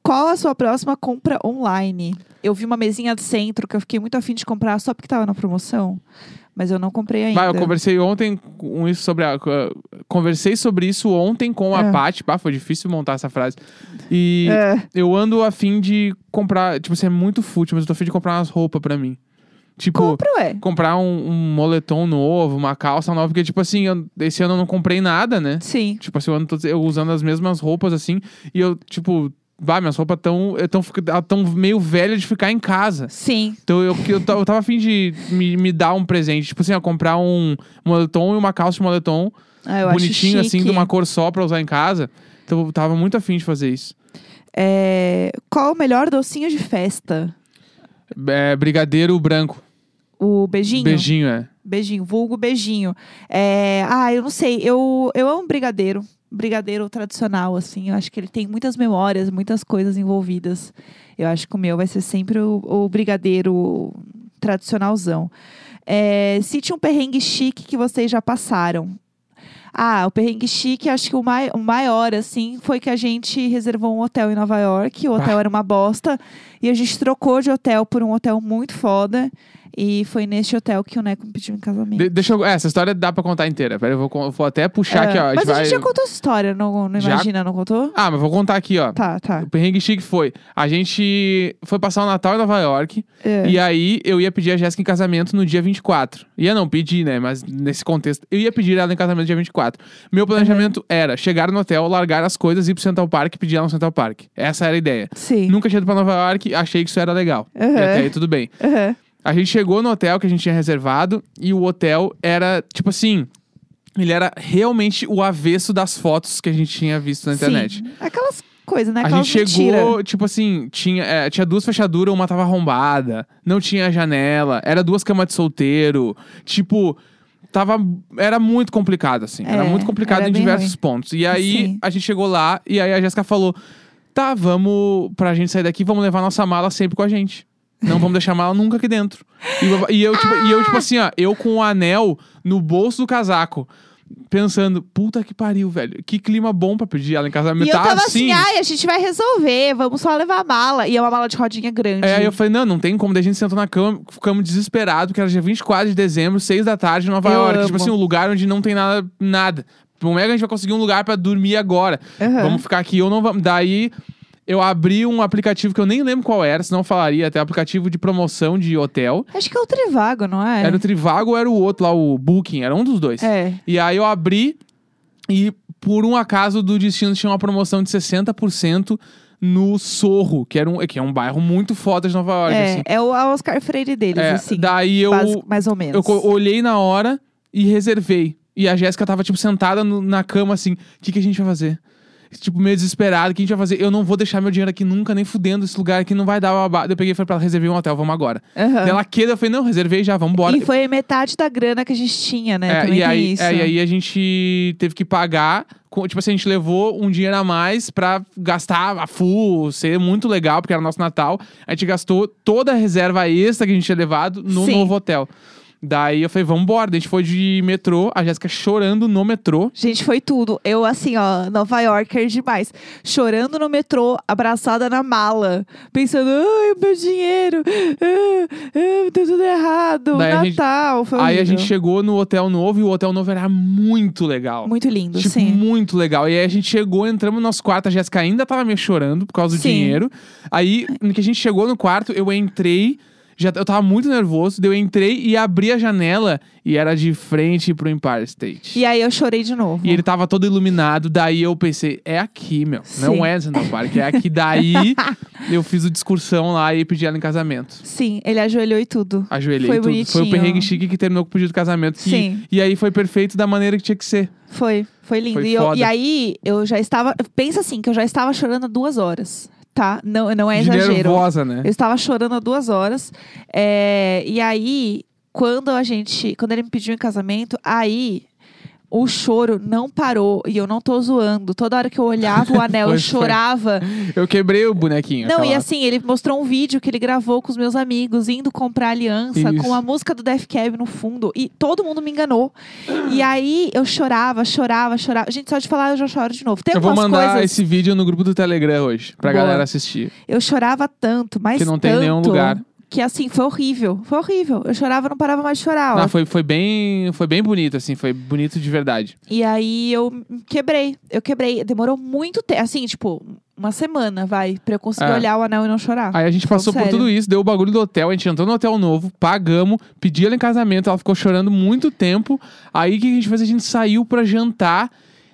Speaker 1: Qual a sua próxima compra online? Eu vi uma mesinha do centro que eu fiquei muito afim de comprar só porque tava na promoção. Mas eu não comprei ainda.
Speaker 2: Bah, eu conversei ontem com isso sobre a- Conversei sobre isso ontem com a
Speaker 1: É.
Speaker 2: Paty. Bah, foi difícil montar essa frase. E
Speaker 1: É.
Speaker 2: eu ando a fim de comprar. Tipo, isso é muito fútil, mas eu tô a fim de comprar umas roupas pra mim. Tipo,
Speaker 1: Compro, é.
Speaker 2: comprar um, um moletom novo, uma calça nova, porque, tipo assim, eu- esse ano eu não comprei nada, né?
Speaker 1: Sim.
Speaker 2: Tipo assim, eu ando todo- eu usando as mesmas roupas, assim, e eu, tipo, bah, minhas roupas tão, eh, tão, fica- elas tão meio velhas de ficar em casa.
Speaker 1: Sim.
Speaker 2: Então eu, que eu, ta- eu tava afim de me, me dar um presente, tipo assim, ó, comprar um moletom e uma calça de moletom
Speaker 1: Ah, eu
Speaker 2: bonitinho,
Speaker 1: acho
Speaker 2: assim,
Speaker 1: chique.
Speaker 2: de uma cor só pra usar em casa. Então eu tava muito afim de fazer isso.
Speaker 1: É, Qual o melhor docinho de festa?
Speaker 2: É, brigadeiro branco.
Speaker 1: O beijinho?
Speaker 2: Beijinho, é.
Speaker 1: Beijinho, vulgo beijinho. É, Ah, eu não sei, eu, eu amo brigadeiro. Brigadeiro tradicional, assim. Eu acho que ele tem muitas memórias, muitas coisas envolvidas. Eu acho que o meu vai ser sempre o, o brigadeiro tradicionalzão. É, cite um perrengue chique que vocês já passaram. Ah, o perrengue chique, acho que o, mai- o maior, assim, foi que a gente reservou um hotel em Nova York. O hotel era uma bosta. E a gente trocou de hotel por um hotel muito foda. E foi neste hotel que o Neco me pediu em casamento.
Speaker 2: De- deixa eu. é, essa história dá pra contar inteira. Pera, eu vou, con- eu vou até puxar aqui, ó.
Speaker 1: Ah,
Speaker 2: a gente
Speaker 1: mas a
Speaker 2: vai-
Speaker 1: gente já contou essa história, não, não
Speaker 2: Já?
Speaker 1: imagina, não contou?
Speaker 2: Ah, mas vou contar aqui, ó.
Speaker 1: Tá, tá.
Speaker 2: O perrengue chique foi. A gente foi passar o Natal em Nova York.
Speaker 1: É.
Speaker 2: E aí eu ia pedir a Jéssica em casamento no dia 24. Ia não pedir, né? Mas nesse contexto, eu ia pedir ela em casamento no dia 24. Meu planejamento
Speaker 1: Uhum.
Speaker 2: era chegar no hotel, largar as coisas, ir pro Central Park e pedir ela no Central Park. Essa era a ideia.
Speaker 1: Sim.
Speaker 2: Nunca tinha ido pra Nova York, achei que isso era legal.
Speaker 1: Uhum.
Speaker 2: E até aí tudo bem.
Speaker 1: Aham.
Speaker 2: A gente chegou no hotel que a gente tinha reservado e o hotel era, tipo assim, ele era realmente o avesso das fotos que a gente tinha visto na internet.
Speaker 1: Sim. Aquelas coisas, né?
Speaker 2: A
Speaker 1: Aquelas
Speaker 2: gente chegou,
Speaker 1: mentiras.
Speaker 2: tipo assim, tinha, é, tinha duas fechaduras, uma tava arrombada, não tinha janela, era duas camas de solteiro, tipo, tava, era muito complicado, assim, era
Speaker 1: É,
Speaker 2: muito complicado
Speaker 1: era
Speaker 2: em
Speaker 1: bem
Speaker 2: diversos
Speaker 1: ruim.
Speaker 2: pontos. E aí,
Speaker 1: Sim.
Speaker 2: a gente chegou lá, e aí a Jéssica falou, tá, vamos, pra gente sair daqui, vamos levar nossa mala sempre com a gente. Não vamos deixar a mala nunca aqui dentro. E, eu- e eu, tipo, e eu, tipo assim, ó, eu com o anel no bolso do casaco. Pensando, puta que pariu, velho. Que clima bom pra pedir ela em casamento.
Speaker 1: E eu
Speaker 2: tá
Speaker 1: tava
Speaker 2: assim,
Speaker 1: assim, ai, a gente vai resolver, vamos só levar a mala. E é uma mala de rodinha grande.
Speaker 2: É, aí eu falei, não, não tem como. Daí a gente sentou na cama, ficamos desesperados, porque era dia 24 de dezembro, 6 da tarde, em Nova
Speaker 1: Eu
Speaker 2: York.
Speaker 1: amo.
Speaker 2: Tipo assim, um lugar onde não tem nada, nada. Como é que a gente vai conseguir um lugar pra dormir agora?
Speaker 1: Aham.
Speaker 2: Vamos ficar aqui ou não vamos. Daí eu abri um aplicativo que eu nem lembro qual era, senão eu falaria até aplicativo de promoção de hotel.
Speaker 1: Acho que é o Trivago, não é?
Speaker 2: Era o Trivago ou era o outro lá, o Booking, era um dos dois.
Speaker 1: É.
Speaker 2: E aí eu abri e por um acaso do destino tinha uma promoção de 60% no Sorro, que, era um, que é um bairro muito foda de Nova York. assim.
Speaker 1: É, é o a Oscar Freire deles,
Speaker 2: É,
Speaker 1: assim.
Speaker 2: Daí eu,
Speaker 1: basic- mais ou menos.
Speaker 2: eu co- olhei na hora e reservei. E a Jéssica tava, tipo, sentada no- na cama, assim, o que, que a gente vai fazer? Tipo, meio desesperado, o que a gente vai fazer? Eu não vou deixar meu dinheiro aqui nunca, nem fudendo esse lugar aqui, não vai dar babá. Daí Eu peguei e falei pra ela, reservei um hotel, vamos agora.
Speaker 1: Aham.
Speaker 2: Daí Ela queda, eu falei, não, reservei já, vamos embora.
Speaker 1: E foi metade da grana que a gente tinha, né?
Speaker 2: É,
Speaker 1: Também
Speaker 2: e,
Speaker 1: tem
Speaker 2: aí,
Speaker 1: isso.
Speaker 2: é, e aí a gente teve que pagar. com- Tipo assim, a gente levou um dinheiro a mais pra gastar a full, ser muito legal, porque era nosso Natal. A gente gastou toda a reserva extra que a gente tinha levado no
Speaker 1: Sim.
Speaker 2: novo hotel. Daí eu falei, vamos embora. Daí A gente foi de metrô, a Jéssica chorando no metrô.
Speaker 1: Gente, foi tudo. Eu, assim, ó, Nova Yorker demais. Chorando no metrô, abraçada na mala. Pensando, ai, meu dinheiro. Ah, ah, deu tudo errado.
Speaker 2: Daí a gente-
Speaker 1: Natal. Foi
Speaker 2: Aí a
Speaker 1: horrível.
Speaker 2: gente chegou no hotel novo e o hotel novo era muito legal.
Speaker 1: Muito lindo,
Speaker 2: Tipo,
Speaker 1: sim.
Speaker 2: muito legal. E aí a gente chegou, entramos no nosso quarto, a Jéssica ainda tava meio chorando por causa do
Speaker 1: Sim.
Speaker 2: dinheiro. Aí, no que a gente chegou no quarto, eu entrei, já, eu tava muito nervoso, daí eu entrei e abri a janela e era de frente pro Empire State.
Speaker 1: E aí eu chorei de novo.
Speaker 2: E ele tava todo iluminado, daí eu pensei, é aqui, meu.
Speaker 1: Sim.
Speaker 2: Não é Central Park, é aqui. Daí eu fiz o discursão lá e pedi ela em casamento.
Speaker 1: Sim, ele ajoelhou e tudo.
Speaker 2: Ajoelhei
Speaker 1: Foi
Speaker 2: tudo. Foi o
Speaker 1: bonitinho.
Speaker 2: perrengue chique que terminou com o pedido de casamento. que-
Speaker 1: Sim.
Speaker 2: E aí foi perfeito da maneira que tinha que ser.
Speaker 1: Foi, foi lindo.
Speaker 2: Foi
Speaker 1: e, eu-
Speaker 2: foda.
Speaker 1: e aí eu já estava. Pensa assim, que eu já estava chorando há duas horas. Tá? Não, não é
Speaker 2: de
Speaker 1: exagero.
Speaker 2: nervosa, né?
Speaker 1: Eu estava chorando há duas horas. É, e aí, quando a gente. Quando ele me pediu em casamento, aí. O choro não parou e eu não tô zoando. Toda hora que eu olhava o anel, eu
Speaker 2: Foi, foi.
Speaker 1: chorava.
Speaker 2: Eu quebrei o bonequinho.
Speaker 1: Não, e
Speaker 2: aquela-
Speaker 1: assim, ele mostrou um vídeo que ele gravou com os meus amigos, indo comprar aliança,
Speaker 2: Isso.
Speaker 1: com a música do Def Cab no fundo. E todo mundo me enganou. E aí eu chorava, chorava, chorava. Gente, só de falar eu já choro de novo. Tem
Speaker 2: Eu vou
Speaker 1: algumas
Speaker 2: mandar
Speaker 1: coisas.
Speaker 2: esse vídeo no grupo do Telegram hoje, pra
Speaker 1: Boa.
Speaker 2: galera assistir.
Speaker 1: Eu chorava tanto, mas
Speaker 2: que não tem em nenhum
Speaker 1: tanto,
Speaker 2: lugar.
Speaker 1: Que assim, foi horrível. Foi horrível. Eu chorava, não parava mais de chorar. ó.
Speaker 2: Ah, foi, foi, bem, foi bem bonito, assim, foi bonito de verdade.
Speaker 1: E aí eu me quebrei. Eu quebrei. Demorou muito tempo. Assim, tipo, uma semana, vai, pra eu conseguir
Speaker 2: É.
Speaker 1: olhar o anel e não chorar.
Speaker 2: Aí a gente passou por
Speaker 1: Ah, então sério.
Speaker 2: tudo isso, deu o bagulho do hotel, a gente entrou no hotel novo, pagamos, pedi ela em casamento, ela ficou chorando muito tempo. Aí o que a gente fez? A gente saiu pra jantar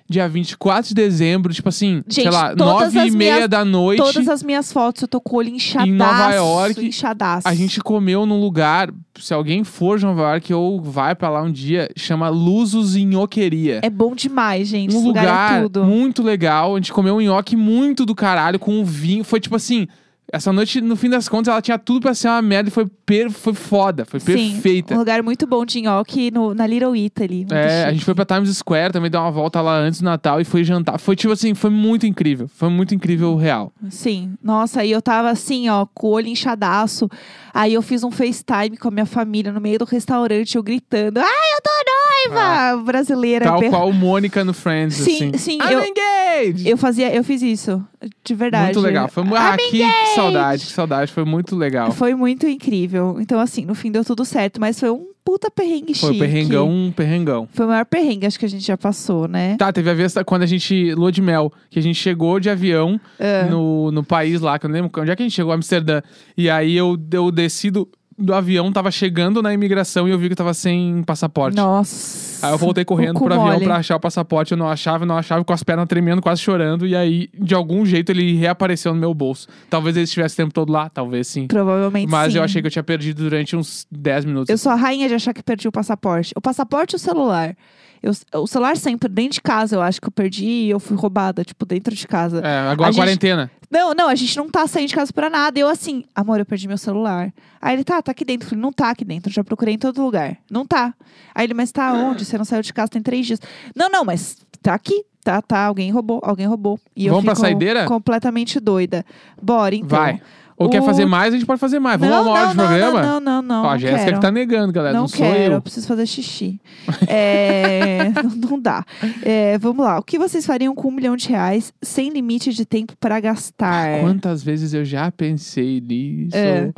Speaker 2: dia 24 de dezembro, tipo assim,
Speaker 1: Gente,
Speaker 2: sei lá,
Speaker 1: todas
Speaker 2: nove e
Speaker 1: as
Speaker 2: meia
Speaker 1: minhas-
Speaker 2: da noite.
Speaker 1: Todas as minhas fotos, eu tô com o olho inchadaço.
Speaker 2: York,
Speaker 1: inchadaço.
Speaker 2: A gente comeu num lugar, se alguém for de Nova York ou vai pra lá um dia, chama Luzos Inhoqueria.
Speaker 1: É bom demais, gente.
Speaker 2: um
Speaker 1: Esse
Speaker 2: lugar,
Speaker 1: é tudo.
Speaker 2: muito legal. A gente comeu um nhoque muito do caralho com um vinho. Foi tipo assim. Essa noite, no fim das contas, ela tinha tudo pra ser uma merda e foi, per... foi foda, foi perfeita.
Speaker 1: Sim, um lugar muito bom de nhoque no, na Little Italy. Muito
Speaker 2: É, a
Speaker 1: chique.
Speaker 2: gente foi pra Times Square também dar uma volta lá antes do Natal e foi jantar. Foi tipo assim, foi muito incrível. Foi muito incrível o real.
Speaker 1: Sim. Nossa, aí eu tava assim, ó, com o olho inchadaço. Aí eu fiz um FaceTime com a minha família no meio do restaurante, eu gritando. Ai, eu tô noiva! Brasileira.
Speaker 2: Ah, Tal
Speaker 1: per-
Speaker 2: qual Mônica no Friends,
Speaker 1: Sim,
Speaker 2: assim.
Speaker 1: sim,
Speaker 2: I'm
Speaker 1: eu-
Speaker 2: engaged!
Speaker 1: Eu fazia, eu fiz isso. De verdade.
Speaker 2: Muito legal. Foi mu-
Speaker 1: I'm
Speaker 2: ah, que, que saudade, que saudade. Foi muito legal.
Speaker 1: Foi muito incrível. Então, assim, no fim deu tudo certo, mas foi um puta perrengue
Speaker 2: Foi
Speaker 1: chique.
Speaker 2: perrengão, um perrengão.
Speaker 1: Foi o maior perrengue, acho que a gente já passou, né?
Speaker 2: Tá, teve a vez da- quando a gente, lua de mel, que a gente chegou de avião
Speaker 1: É.
Speaker 2: no, no país lá, que eu não lembro onde é que a gente chegou, Amsterdã. E aí eu, eu desci do, do avião, tava chegando na imigração e eu vi que eu tava sem passaporte.
Speaker 1: Nossa.
Speaker 2: Aí eu voltei correndo
Speaker 1: O cu
Speaker 2: pro avião
Speaker 1: mole.
Speaker 2: pra achar o passaporte, eu não achava, eu não achava, com as pernas tremendo, quase chorando. E aí, de algum jeito, ele reapareceu no meu bolso. Talvez ele estivesse o tempo todo lá, talvez sim.
Speaker 1: Provavelmente
Speaker 2: Mas
Speaker 1: sim.
Speaker 2: eu achei que eu tinha perdido durante uns 10 minutos.
Speaker 1: Eu sou a rainha de achar que perdi o passaporte. O passaporte e o celular. Eu- o celular sempre, dentro de casa, eu acho que eu perdi e eu fui roubada, tipo, dentro de casa.
Speaker 2: É, agora
Speaker 1: A gente-
Speaker 2: quarentena.
Speaker 1: Não, não, a gente não tá saindo de casa pra nada. Eu assim, amor, eu perdi meu celular. Aí ele, tá, tá aqui dentro. Eu falei, não tá aqui dentro, eu já procurei em todo lugar. Não tá. Aí ele, mas tá onde? Você não saiu de casa tem três dias. Não, não, mas tá aqui. Tá, tá, alguém roubou, alguém roubou. E eu
Speaker 2: Vamos pra
Speaker 1: fico
Speaker 2: saideira?
Speaker 1: completamente doida. Bora, então.
Speaker 2: Vai. Ou quer
Speaker 1: o-
Speaker 2: fazer mais, a gente pode fazer mais. Vamos
Speaker 1: não,
Speaker 2: lá uma hora
Speaker 1: não,
Speaker 2: de
Speaker 1: não,
Speaker 2: programa?
Speaker 1: Não, não, não, não.
Speaker 2: Ó, a
Speaker 1: não
Speaker 2: Jéssica
Speaker 1: quero.
Speaker 2: que tá negando, galera. Não,
Speaker 1: Não,
Speaker 2: sou
Speaker 1: quero,
Speaker 2: eu.
Speaker 1: preciso fazer xixi. É, não, não dá. É, vamos lá. O que vocês fariam com um milhão de reais sem limite de tempo pra gastar?
Speaker 2: Quantas vezes eu já pensei nisso?
Speaker 1: É.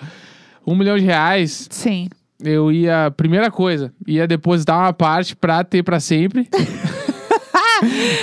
Speaker 2: Um milhão de reais,
Speaker 1: Sim.
Speaker 2: eu ia. Primeira coisa, ia depositar uma parte pra ter pra sempre.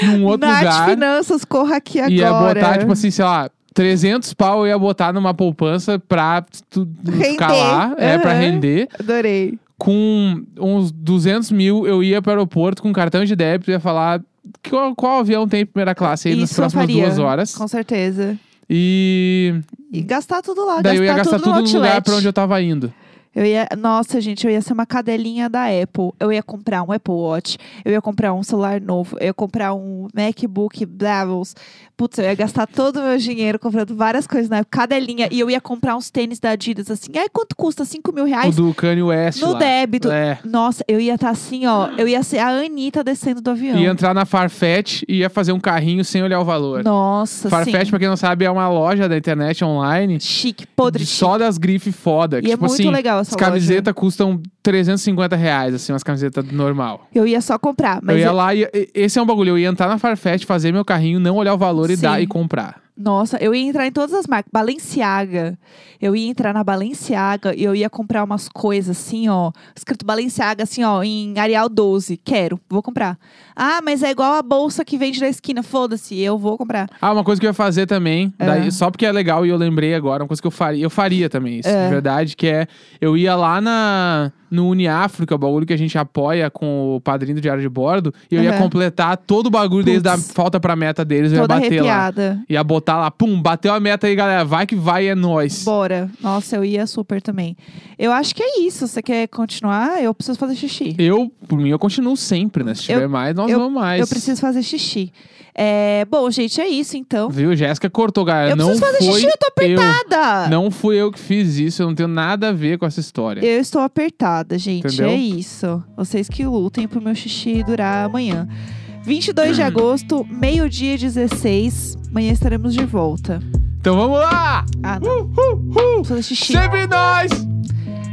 Speaker 2: Num um outro
Speaker 1: Nath
Speaker 2: lugar.
Speaker 1: Finanças, corra aqui agora.
Speaker 2: Ia botar, tipo assim, sei lá. 300 pau eu ia botar numa poupança pra tu, tu ficar
Speaker 1: Render.
Speaker 2: lá, é, pra
Speaker 1: Aham.
Speaker 2: render.
Speaker 1: Adorei.
Speaker 2: Com uns 200 mil eu ia pro aeroporto com cartão de débito e ia falar qual, qual avião tem primeira classe aí nas
Speaker 1: Isso eu
Speaker 2: próximas
Speaker 1: faria,
Speaker 2: duas horas.
Speaker 1: Com certeza.
Speaker 2: E
Speaker 1: E gastar tudo lá.
Speaker 2: daí eu ia gastar
Speaker 1: gastar
Speaker 2: tudo, no lugar pra onde eu tava indo.
Speaker 1: Eu ia, nossa, gente, eu ia ser uma cadelinha da Apple. Eu ia comprar um Apple Watch, eu ia comprar um celular novo, eu ia comprar um MacBook, Blavels. Putz, eu ia gastar todo o meu dinheiro comprando várias coisas na Apple, cadelinha. E eu ia comprar uns tênis da Adidas, assim. Ai, quanto custa? 5 mil
Speaker 2: o
Speaker 1: reais?
Speaker 2: do Kanye West
Speaker 1: No
Speaker 2: lá.
Speaker 1: débito.
Speaker 2: É.
Speaker 1: Nossa, eu ia estar assim, ó. Eu ia ser a Anitta descendo do avião.
Speaker 2: Ia entrar na Farfetch e ia fazer um carrinho sem olhar o valor.
Speaker 1: Nossa,
Speaker 2: Farfetch,
Speaker 1: sim.
Speaker 2: pra quem não sabe, é uma loja da internet online
Speaker 1: Chique, podre,
Speaker 2: de- só das grifes foda.
Speaker 1: chique.
Speaker 2: que,
Speaker 1: E é
Speaker 2: tipo
Speaker 1: muito
Speaker 2: assim,
Speaker 1: legal essa
Speaker 2: As
Speaker 1: loja.
Speaker 2: camisetas custam 350 reais, assim, umas camisetas normal.
Speaker 1: Eu ia só comprar, mas
Speaker 2: eu ia
Speaker 1: eu-
Speaker 2: lá e e- esse é um bagulho. Eu ia entrar na Farfetch, fazer meu carrinho, não olhar o valor e
Speaker 1: Sim.
Speaker 2: dar e comprar.
Speaker 1: nossa, eu ia entrar em todas as marcas. Balenciaga. Eu ia entrar na Balenciaga e eu ia comprar umas coisas assim, ó. Escrito Balenciaga, assim, ó, em Arial 12. Quero, vou comprar. Ah, mas é igual a bolsa que vende na esquina. Foda-se, eu vou comprar.
Speaker 2: Ah, uma coisa que eu ia fazer também,
Speaker 1: É.
Speaker 2: daí- só porque é legal e eu lembrei agora, uma coisa que eu faria, eu faria também isso, de verdade, que é eu ia lá na no Uniafro, que é o bagulho que a gente apoia com o padrinho do Diário de Bordo, e eu ia
Speaker 1: Aham.
Speaker 2: completar todo o bagulho desde a
Speaker 1: Putz.
Speaker 2: falta pra meta deles, eu ia
Speaker 1: Toda
Speaker 2: bater lá.
Speaker 1: arrepiada.
Speaker 2: Ia botar lá, pum, bateu a meta aí, galera, vai que vai, é nóis.
Speaker 1: Bora. Nossa, eu ia super também. Eu acho que é isso. Você quer continuar? Eu preciso fazer xixi.
Speaker 2: Eu, por mim, eu continuo sempre, né? Se
Speaker 1: Eu-
Speaker 2: tiver mais, nós vamos mais.
Speaker 1: Eu preciso fazer xixi. É, bom, gente, é isso então.
Speaker 2: Viu, Jéssica cortou, galera.
Speaker 1: eu
Speaker 2: não
Speaker 1: preciso fazer
Speaker 2: foi
Speaker 1: xixi, eu tô apertada.
Speaker 2: Eu, não fui eu que fiz isso, eu não tenho nada a ver com essa história.
Speaker 1: Eu estou apertada, gente.
Speaker 2: Entendeu?
Speaker 1: É isso. Vocês que lutem pro meu xixi durar amanhã. 22 de agosto, meio-dia e 16. Amanhã estaremos de volta.
Speaker 2: Então vamos lá!
Speaker 1: Ah, não.
Speaker 2: Uh, uh, uh.
Speaker 1: Preciso fazer xixi.
Speaker 2: Sempre nós!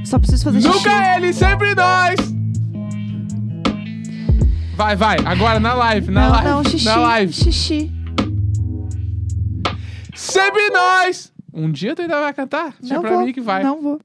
Speaker 1: Só preciso fazer xixi.
Speaker 2: Nunca ele, sempre nós! Vai, vai, agora na live, na
Speaker 1: não,
Speaker 2: live,
Speaker 1: não, xixi.
Speaker 2: na live.
Speaker 1: Xixi.
Speaker 2: Sempre nós! Um dia tu ainda vai cantar? Deixa
Speaker 1: não
Speaker 2: pra
Speaker 1: vou.
Speaker 2: é mim que vai.
Speaker 1: Não vou.